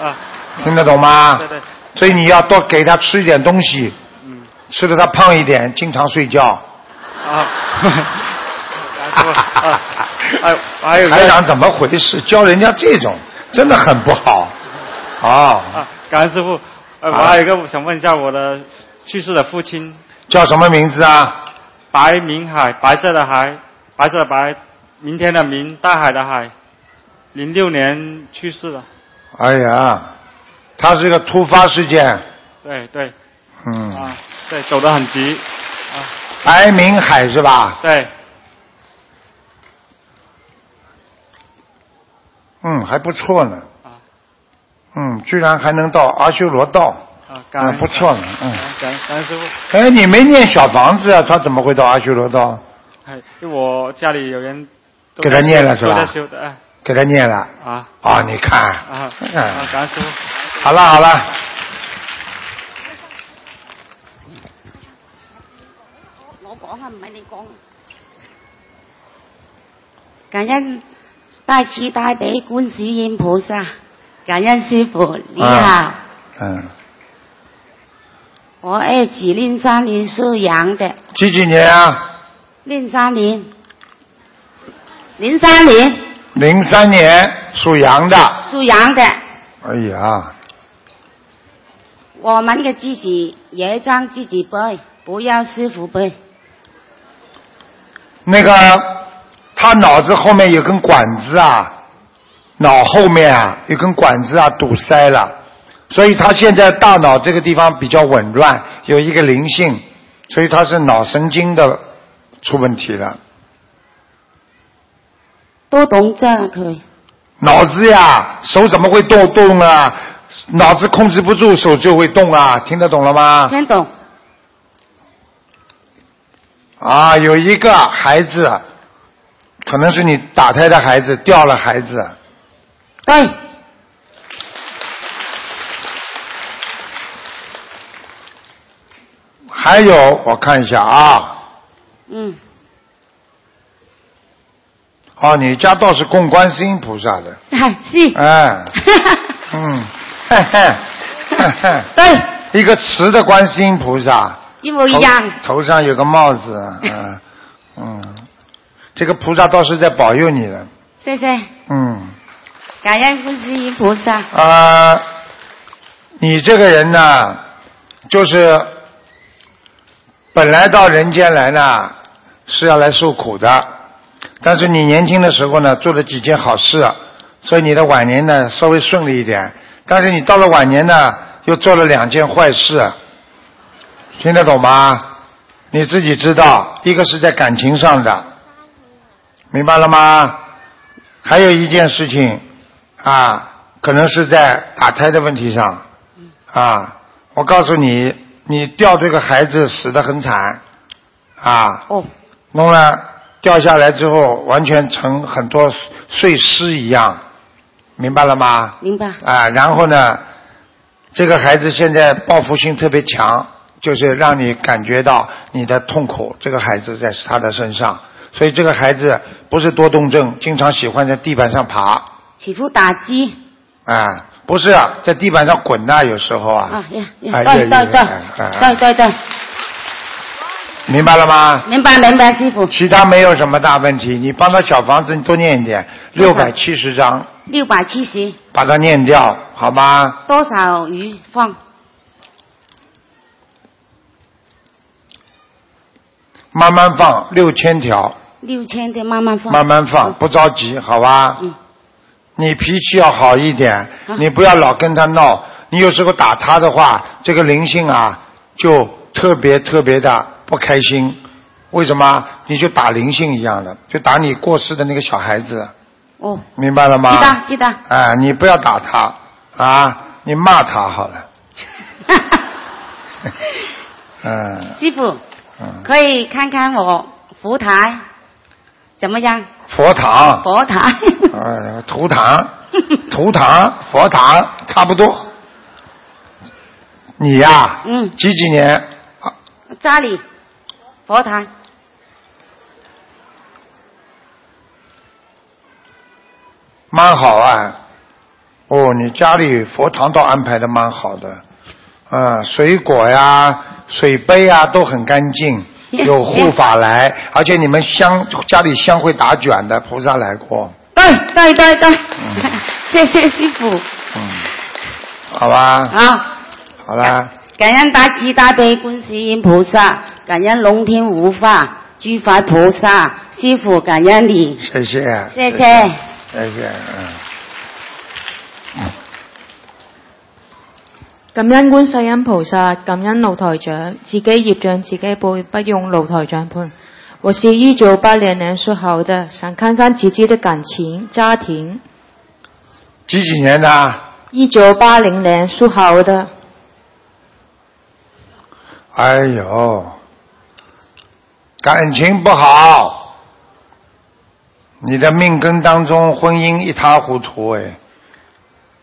S18: 啊，
S2: 听得懂吗
S18: 对对，
S2: 所以你要多给他吃一点东西，
S18: 嗯，
S2: 吃的他胖一点，经常睡觉。
S18: 啊，感恩
S2: [laughs]
S18: 师傅。啊， [laughs] 哎，还有
S2: 台长怎么回事？教人家这种真的很不好。哦，
S18: 啊，感恩师傅。呃，我
S2: 啊
S18: 还有一个想问一下我的去世的父亲，
S2: 叫什么名字啊？
S18: 白明海，白色的海，白色的白，明天的明，大海的海，零六年去世的，
S2: 哎呀，他是个突发事件，
S18: 对对
S2: 嗯，
S18: 啊，对，走得很急，啊
S2: 白明海是吧？
S18: 对，
S2: 嗯，还不错呢。嗯，居然还能到阿修罗道，
S18: 啊，感
S2: 啊，
S18: 恩，
S2: 不错呢，嗯。
S18: 感恩感恩师傅，
S2: 哎，你没念小房子啊？他怎么会到阿修罗道？
S18: 哎，因为我家里有人都
S2: 给他
S18: 在修
S2: 念了是吧
S18: 都在修的，哎，
S2: 给他念了。
S18: 啊
S2: 啊，你看，
S18: 啊啊
S2: 嗯，，
S18: 感恩师傅，
S2: 好了好了，
S19: 我講啊，唔係你講。感恩大慈大悲观世音菩萨，感恩师傅，你好，
S2: 啊嗯，
S19: 我二几零三年属羊的，
S2: 几几年啊？
S19: 零三年，零三年
S2: 零三年属羊的。
S19: 属羊的，
S2: 哎呀，
S19: 我们的自己也将自己背，不要师傅背。
S2: 那个他脑子后面有根管子啊，脑后面啊有根管子啊堵塞了，所以他现在大脑这个地方比较紊乱，有一个灵性，所以他是脑神经的出问题了。
S19: 多动症可以。
S2: 脑子呀，手怎么会动动啊？脑子控制不住，手就会动啊！听得懂了吗？
S19: 听懂。
S2: 啊，有一个孩子，可能是你打胎的孩子，掉了孩子。
S19: 对。
S2: 还有，我看一下啊，
S19: 嗯，
S2: 哦，你家倒是供观世音菩萨的，
S19: 是， [laughs]
S2: 哎，嗯，嘿嘿，嘿嘿，对，一个瓷的观世音菩萨，
S19: 一模一样。
S2: 头头上有个帽子，嗯嗯，这个菩萨倒是在保佑你了，
S19: 谢谢，
S2: 嗯
S19: 感恩观世音菩萨。
S2: 啊、你这个人呢，就是本来到人间来呢是要来受苦的，但是你年轻的时候呢做了几件好事，所以你的晚年呢稍微顺利一点，但是你到了晚年呢又做了两件坏事，听得懂吗？你自己知道，一个是在感情上的，明白了吗？还有一件事情啊，可能是在打胎的问题上啊。我告诉你，你掉这个孩子死得很惨啊。
S19: 哦。
S2: 弄了掉下来之后，完全成很多碎尸一样，明白了吗？
S19: 明白。
S2: 啊，然后呢，这个孩子现在报复心特别强，就是让你感觉到你的痛苦。这个孩子在他的身上，所以这个孩子不是多动症，经常喜欢在地板上爬，
S19: 起伏打击
S2: 啊，不是啊在地板上滚呐、有时候啊，
S19: 啊呀呀，
S2: 哎
S19: 对
S2: 对
S19: 对
S2: 对
S19: 对
S2: 哎
S19: 对
S2: 哎
S19: 对对，
S2: 明白了吗？
S19: 明白明白，师傅。
S2: 其他没有什么大问题，你帮他小房子你多念一点，六
S19: 明
S2: 百
S19: 白
S2: 七十章，
S19: 六百七十
S2: 把它念掉，好吗？
S19: 多少鱼放？
S2: 慢慢放，六千条，
S19: 六千的慢慢放。
S2: 慢慢放，不着急，好吧？你脾气要好一点，你不要老跟他闹。你有时候打他的话，这个灵性啊，就特别特别的不开心。为什么？你就打灵性一样的，就打你过世的那个小孩子，
S19: 哦，
S2: 明白了吗？
S19: 记得记得。
S2: 哎，你不要打他啊，你骂他好了。嗯，
S19: 师傅，可以看看我佛台怎么样？
S2: 佛堂，
S19: 佛台
S2: 呃，图堂，
S19: [laughs]
S2: 图堂，佛堂，差不多。你呀、
S19: 嗯，
S2: 几几年？
S19: 家里佛台
S2: 蛮好啊。哦，你家里佛堂倒安排的蛮好的，嗯，水果呀、水杯呀都很干
S19: [laughs]
S2: 净，有护法来，而且你们香家里香会打卷的，菩萨来过，
S19: 对对对对， [laughs] 谢谢师傅
S2: 好吧？
S19: 啊！
S2: 好啦，
S19: 感恩大慈大悲观世音菩萨，感恩龙天护法诸法菩萨，师傅感恩你，
S2: 谢谢，
S19: 谢
S2: 谢
S19: 谢。
S2: 谢谢，嗯。
S20: 感恩观世音菩萨，感恩卢台长，自己业障自己背，不用卢台长判。我是一九八零年属猴的，想看看自己的感情、家庭。
S2: 几几年的？啊
S20: 一九八零年属猴的，
S2: 哎呦，感情不好，你的命根当中婚姻一塌糊涂哎，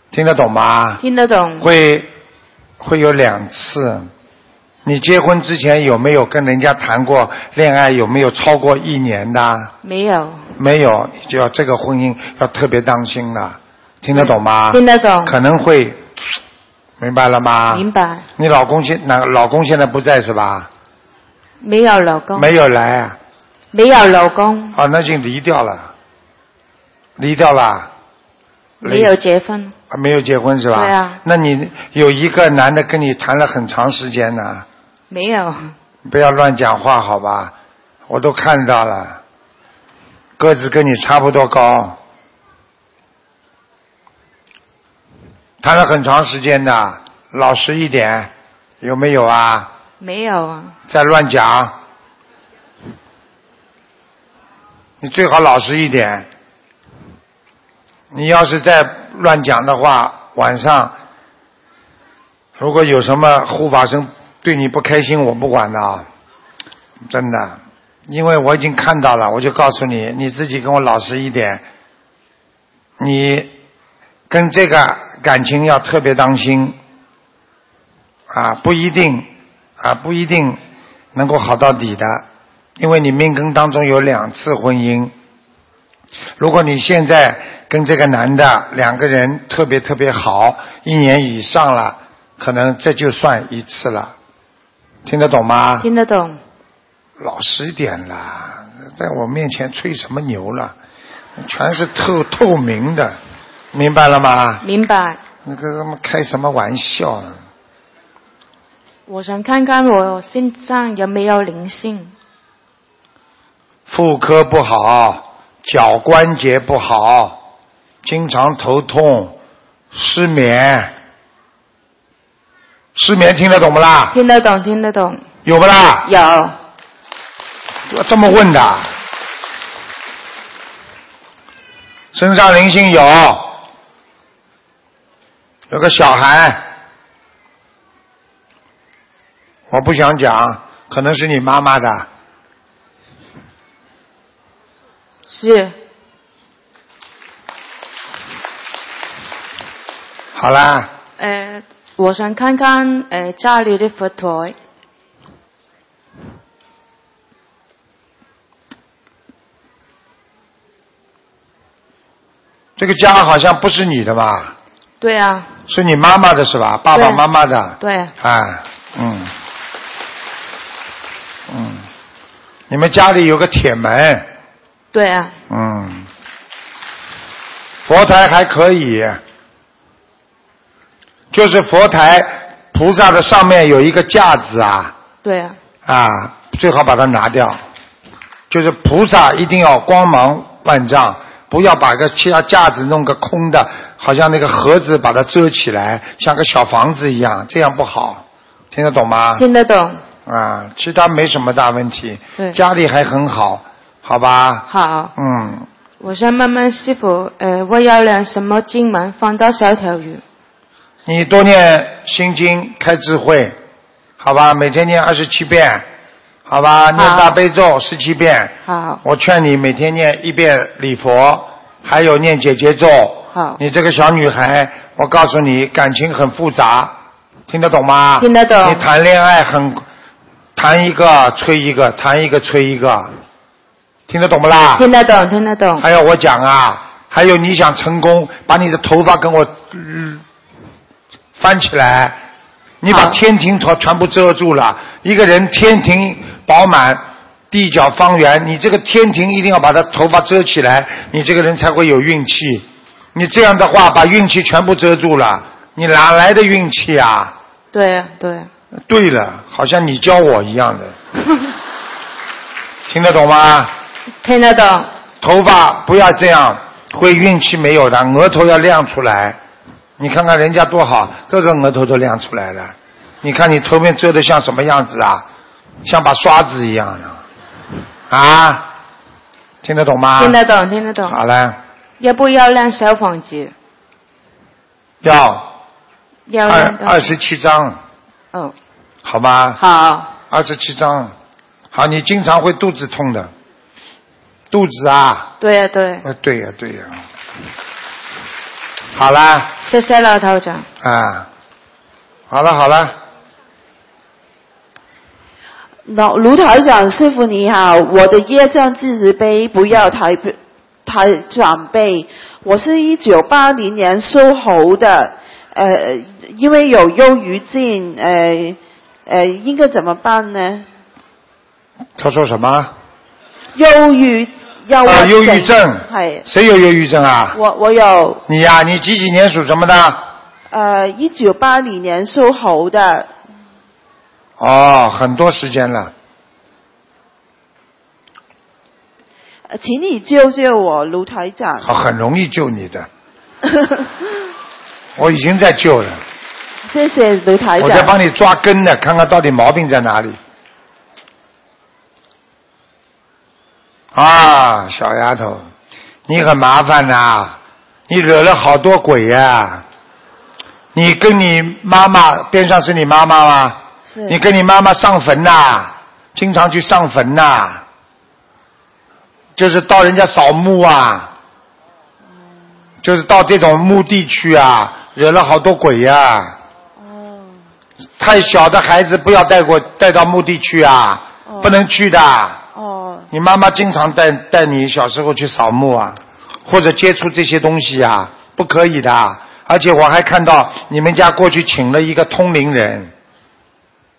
S2: 听得懂吗？
S20: 听得懂？
S2: 会会有两次，你结婚之前有没有跟人家谈过恋爱？有没有超过一年的啊？
S20: 没有，
S2: 没有，你就要这个婚姻要特别当心了，听得懂吗？
S20: 嗯听得懂
S2: 可能会，明白了吗？
S20: 明白，
S2: 你老公现那老公现在不在是吧？
S20: 没有老公，
S2: 没有来啊？
S20: 哦没有老公，
S2: 啊，那已经离掉了，离掉了。
S20: 没有结婚，
S2: 啊，没有结婚是吧？
S20: 对啊。
S2: 那你有一个男的跟你谈了很长时间呢，
S20: 没有，
S2: 不要乱讲话好吧？我都看到了，个子跟你差不多高，谈了很长时间的，老实一点，有没有啊？
S20: 没有啊，
S2: 再乱讲，你最好老实一点。你要是再乱讲的话，晚上如果有什么护法神对你不开心，我不管的啊，真的，因为我已经看到了，我就告诉你，你自己跟我老实一点，你跟这个感情要特别当心啊，不一定啊，不一定能够好到底的，因为你命根当中有两次婚姻。如果你现在跟这个男的两个人特别特别好，一年以上了，可能这就算一次了，听得懂吗？
S20: 听得懂，
S2: 老实点啦，在我面前吹什么牛了？全是透透明的，明白了吗？
S20: 明白。
S2: 那个他妈开什么玩笑呢？
S20: 我想看看我心脏有没有灵性，
S2: 妇科不好，脚关节不好，经常头痛、失眠。失眠听得懂不啦？
S20: 听得懂，听得懂，
S2: 有不啦？
S20: 有，
S2: 这么问的。啊身上灵性有，有个小孩，我不想讲，可能是你妈妈的。
S20: 是
S2: 好啦，
S20: 呃，我想看看呃家里的佛台，
S2: 这个家好像不是你的吧？
S20: 对啊，
S2: 是你妈妈的是吧？爸爸
S20: 对
S2: 妈妈的。
S20: 对啊，
S2: 啊，嗯，嗯，你们家里有个铁门，
S20: 对啊，
S2: 嗯，佛台还可以，就是佛台菩萨的上面有一个架子啊
S20: 对啊，
S2: 啊，最好把它拿掉，就是菩萨一定要光芒万丈。不要把个架架子弄个空的，好像那个盒子把它遮起来，像个小房子一样，这样不好，听得懂吗？
S20: 听得懂，
S2: 啊，其他没什么大问题，
S20: 对
S2: 家里还很好，好吧？
S20: 好，
S2: 嗯，
S20: 我想问问师傅，呃，我要练什么经文放到小条鱼？
S2: 你多念心经，开智慧，好吧？每天念二十七遍，好吧？念大悲咒十七遍。
S20: 好，
S2: 我劝你每天念一遍礼佛，还有念姐姐咒。
S20: 好，
S2: 你这个小女孩，我告诉你，感情很复杂，听得懂吗？
S20: 听得懂
S2: 你谈恋爱很，谈一个吹一个，谈一个吹一个，听得懂不啦？
S20: 听得懂，听得懂，
S2: 还要我讲啊？还有你想成功，把你的头发跟我、嗯、翻起来，你把天庭头全部遮住了。一个人天庭饱满，地角方圆，你这个天庭一定要把他头发遮起来，你这个人才会有运气。你这样的话，把运气全部遮住了，你哪来的运气啊？
S20: 对啊，对啊，
S2: 对了，好像你教我一
S20: [laughs]
S2: 样的，听得懂吗？
S20: 听得懂，
S2: 头发不要这样，会运气没有的，额头要亮出来。你看看人家多好，各个额头都亮出来了。你看你头面遮的像什么样子啊？像把刷子一样的啊？听得懂吗？
S20: 听得懂，听得懂。
S2: 好了，
S20: 要不要练小房子？
S2: 要
S20: 要
S2: 二
S20: 练多少
S2: 二十七张，
S20: 哦，
S2: 好吗？
S20: 好，
S2: 二十七张。好，你经常会肚子痛的，肚子啊？
S20: 对呀、对、
S2: 呃，对呀、对呀、好啦。
S20: 谢谢老头长。
S2: 啊，好了好了，
S21: 老卢台长，师傅你好，我的业障自己背，不要台背台长背。我是一九八零年属猴的，呃，因为有忧郁症，呃呃，应该怎么办呢？
S2: 他说什么？
S21: 忧郁要我
S2: 啊忧郁症
S21: 系
S2: 谁有忧郁症啊？
S21: 我我有
S2: 你呀、你几几年属什么的？
S21: 呃一九八零年属猴的，
S2: 哦，很多时间了。
S21: 呃请你救救我，卢台长。 [laughs]
S2: 好，很容易救你的。我已经在救了，
S21: 谢谢卢台长。
S2: 我在帮你抓根呢，看看到底毛病在哪里。啊，小丫头，你很麻烦呐、你惹了好多鬼呀、你跟你妈妈边上是你妈妈吗？
S21: 是
S2: 你跟你妈妈上坟呐、经常去上坟呐、就是到人家扫墓啊，
S21: 嗯
S2: 就是到这种墓地去啊，惹了好多鬼呀、
S21: 哦
S2: 太小的孩子不要带过带到墓地去啊，不能去的。
S21: 哦。
S2: 你妈妈经常带带你小时候去扫墓啊，或者接触这些东西啊，不可以的。而且我还看到你们家过去请了一个通灵人，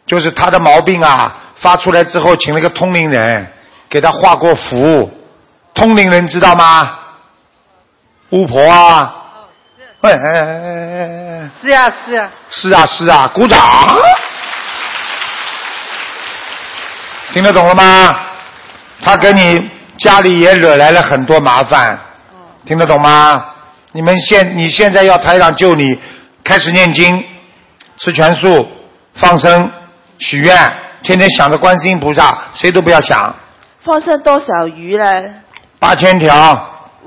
S2: 就是他的毛病啊发出来之后，请了一个通灵人给他画过符。通灵人知道吗？巫婆啊，哎哎哎哎哎哎，
S6: 是呀是呀，
S2: 是啊是啊，鼓掌。听得懂了吗？他跟你家里也惹来了很多麻烦，听得懂吗？你们现你现在要台长救你，开始念经，吃全素，放生，许愿，天天想着观世音菩萨，谁都不要想，
S21: 放生多少鱼呢？
S2: 八千条，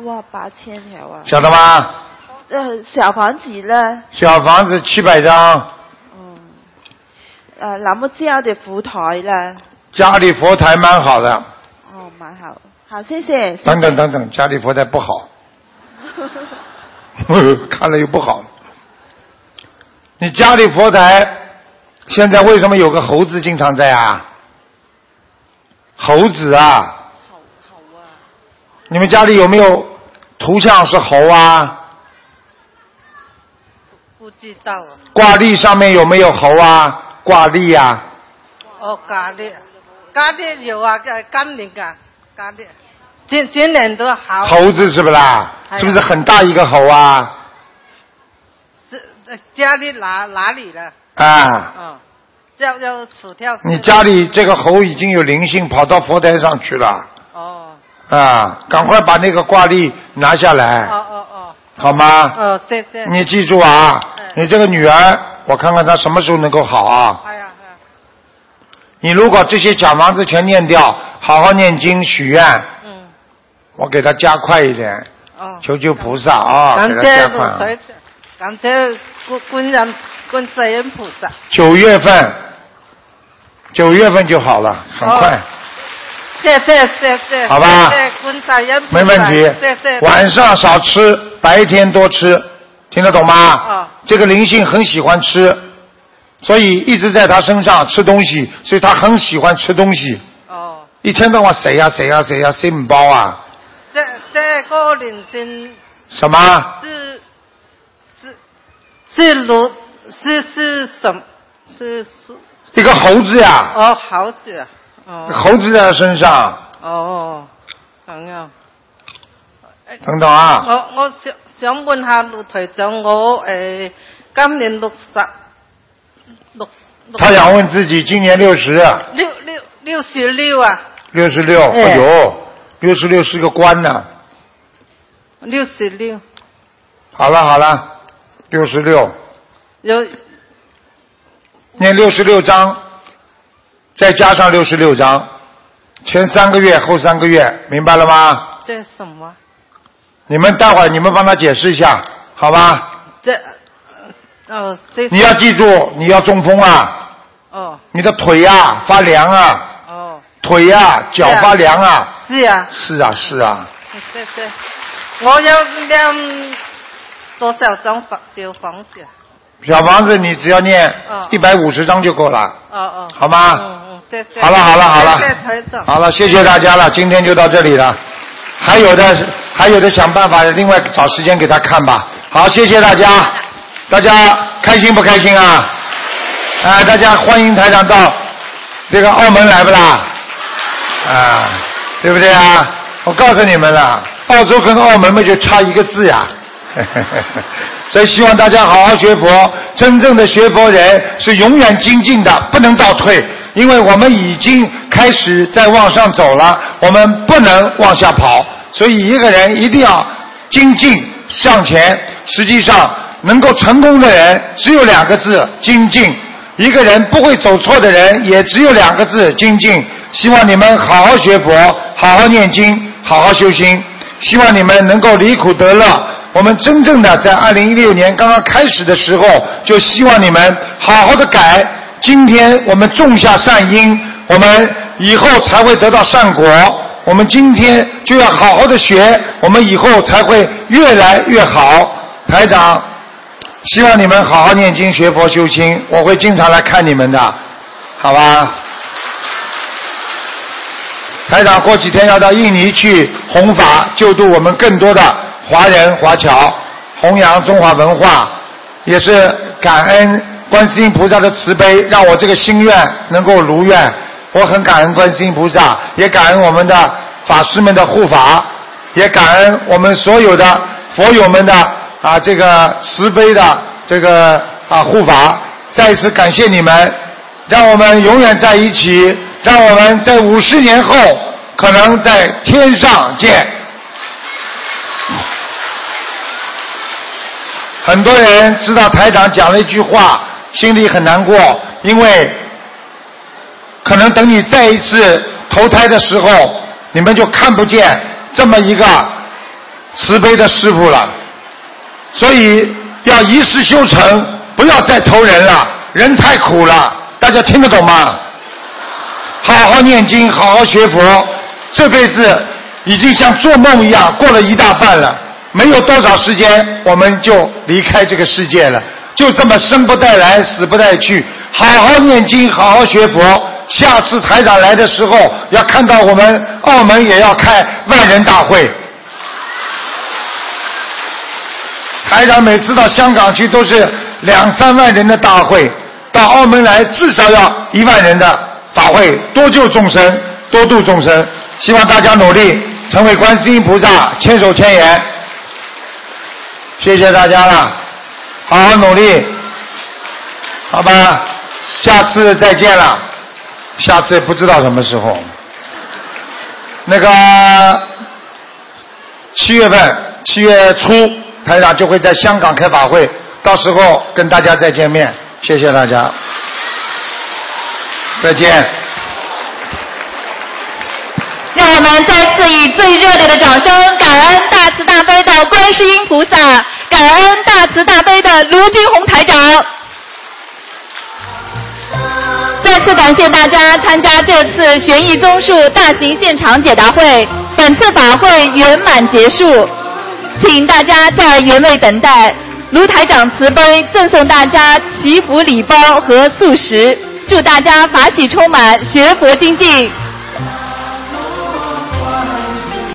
S21: 哇，八千条啊！
S2: 晓得吗？
S21: 呃，小房子呢？
S2: 小房子七百张，
S21: 呃，那么家的福台呢？
S2: 家里佛台蛮好的，
S21: 哦，蛮好，好，谢谢。谢谢
S2: 等等等等，家里佛台不好。 [laughs] 看了又不好。你家里佛台现在为什么有个猴子经常在啊？猴子啊！你们家里有没有图像是猴啊？
S11: 不知道啊。
S2: 挂历上面有没有猴啊？挂历啊，
S11: 哦，咖喱，咖喱有啊，呃甘宁啊，咖喱，今今年都
S21: 啊
S11: 好。
S2: 猴子是不啦？
S11: 哎呀
S2: 是不是很大一个猴啊？
S11: 是呃家里哪哪里了？
S2: 啊，
S11: 嗯，要要除掉。
S2: 你家里这个猴已经有灵性，跑到佛台上去了。哦。啊，赶快把那个挂历拿下来。哦哦哦。好吗？
S11: 哦，谢谢。
S2: 你记住啊，
S11: 嗯
S2: 你这个女儿，我看看她什么时候能够好啊。
S11: 哎
S2: 你如果这些小房子全念掉，好好念经许愿，嗯，我给她加快一点，
S11: 哦，
S2: 求求菩萨啊，
S11: 感
S2: 给她
S11: 谢
S2: 加
S11: 鲁
S2: 快。
S11: 台长，感谢观观人观世音菩萨。
S2: 九月份，九月份就好
S11: 哦
S2: 了，很快。
S11: 谢谢谢谢。
S2: 好吧
S11: 谢谢观世音菩
S2: 没
S11: 萨。
S2: 问题
S11: 谢谢。。
S2: 晚上少吃，白天多吃，听得懂吗？
S11: 哦
S2: 这个灵性很喜欢吃，所以一直在他身上吃东西，所以他很喜欢吃东西。哦。一天到晚谁呀、谁呀、谁呀、谁唔包啊？
S11: 这这个灵性
S2: 什么？
S11: 是是是卢是是什么？是是
S2: 这个猴子呀、
S11: 哦，猴子啊，哦，
S2: 猴子在他身上，
S11: 哦，朋友，
S2: 等等啊。
S11: 我我想想问下卢台长，我诶、呃今年六十六六
S2: 他想问自己今年六十，
S11: 六六六十六啊，
S2: 六十六，
S11: 哎
S2: 哎呦，六十六是个官呢、
S11: 六十六
S2: 好了好了，六十六。
S11: 有
S2: 念六十六章，再加上六十六章，前三个月后三个月，明白了吗？
S11: 这什么？
S2: 你们待会儿你们帮他解释一下，好吧？
S11: 这哦，这
S2: 你要记住，你要中风啊，
S11: 哦
S2: 你的腿呀、发凉啊，
S11: 哦，
S2: 腿呀、脚发凉啊，
S11: 是啊，
S2: 是啊是啊，
S11: 对对，我要念多少张房小房子啊？
S2: 小房子你只要念
S11: 哦
S2: 一百五十章就够了，
S11: 哦哦，
S2: 好吗
S11: 嗯嗯，
S1: 谢谢。
S2: 好了好了好了
S1: 谢谢台长。
S2: 好了，谢谢大家了，今天就到这里了。还有的，还有的想办法，另外找时间给他看吧。好，谢谢大家，大家开心不开心啊？啊，大家欢迎台长到这个澳门来不啦？啊，对不对啊？我告诉你们了，澳洲跟澳门嘛就差一个字呀。 [laughs] 所以希望大家好好学佛，真正的学佛人是永远精进的，不能倒退，因为我们已经开始在往上走了，我们不能往下跑。所以一个人一定要精进向前。实际上，能够成功的人只有两个字：精进。一个人不会走错的人也只有两个字：精进。希望你们好好学佛，好好念经，好好修心。希望你们能够离苦得乐。我们真正的在二零一六年刚刚开始的时候，就希望你们好好的改。今天我们种下善因，我们以后才会得到善果。我们今天就要好好的学，我们以后才会越来越好。台长，希望你们好好念经、学佛、修心，我会经常来看你们的，好吧？台长过几天要到印尼去弘法，救度我们更多的华人华侨，弘扬中华文化，也是感恩观世音菩萨的慈悲，让我这个心愿能够如愿。我很感恩观世音菩萨，也感恩我们的法师们的护法，也感恩我们所有的啊佛友们的啊这个慈悲的这个啊护法。再一次感谢你们，让我们永远在一起，让我们在五十年后可能在天上见。很多人知道台长讲了一句话，心里很难过，因为可能等你再一次投胎的时候，你们就看不见这么一个慈悲的师傅了。所以要一世修成，不要再投人了，人太苦了。大家听得懂吗？好好念经，好好学佛，这辈子已经像做梦一样过了一大半了，没有多少时间我们就离开这个世界了，就这么生不带来，死不带去，好好念经，好好学佛。下次台长来的时候，要看到我们澳门也要开万人大会。台长每次到香港去都是两三万人的大会，到澳门来至少要一万人的法会，多救众生，多度众生。希望大家努力，成为观世音菩萨，千手千眼。谢谢大家了，好好努力，好吧，下次再见了，下次不知道什么时候。那个七月份，七月初，台长就会在香港开法会，到时候跟大家再见面。谢谢大家，再见。
S22: 让我们再次以最热烈的掌声，感恩大慈大悲的观世音菩萨，感恩大慈大悲的卢军红台长。再次感谢大家参加这次悬疑综述大型现场解答会，本次法会圆满结束，请大家在原位等待。卢台长慈悲赠送大家祈福礼包和素食，祝大家法喜充满，学佛精进。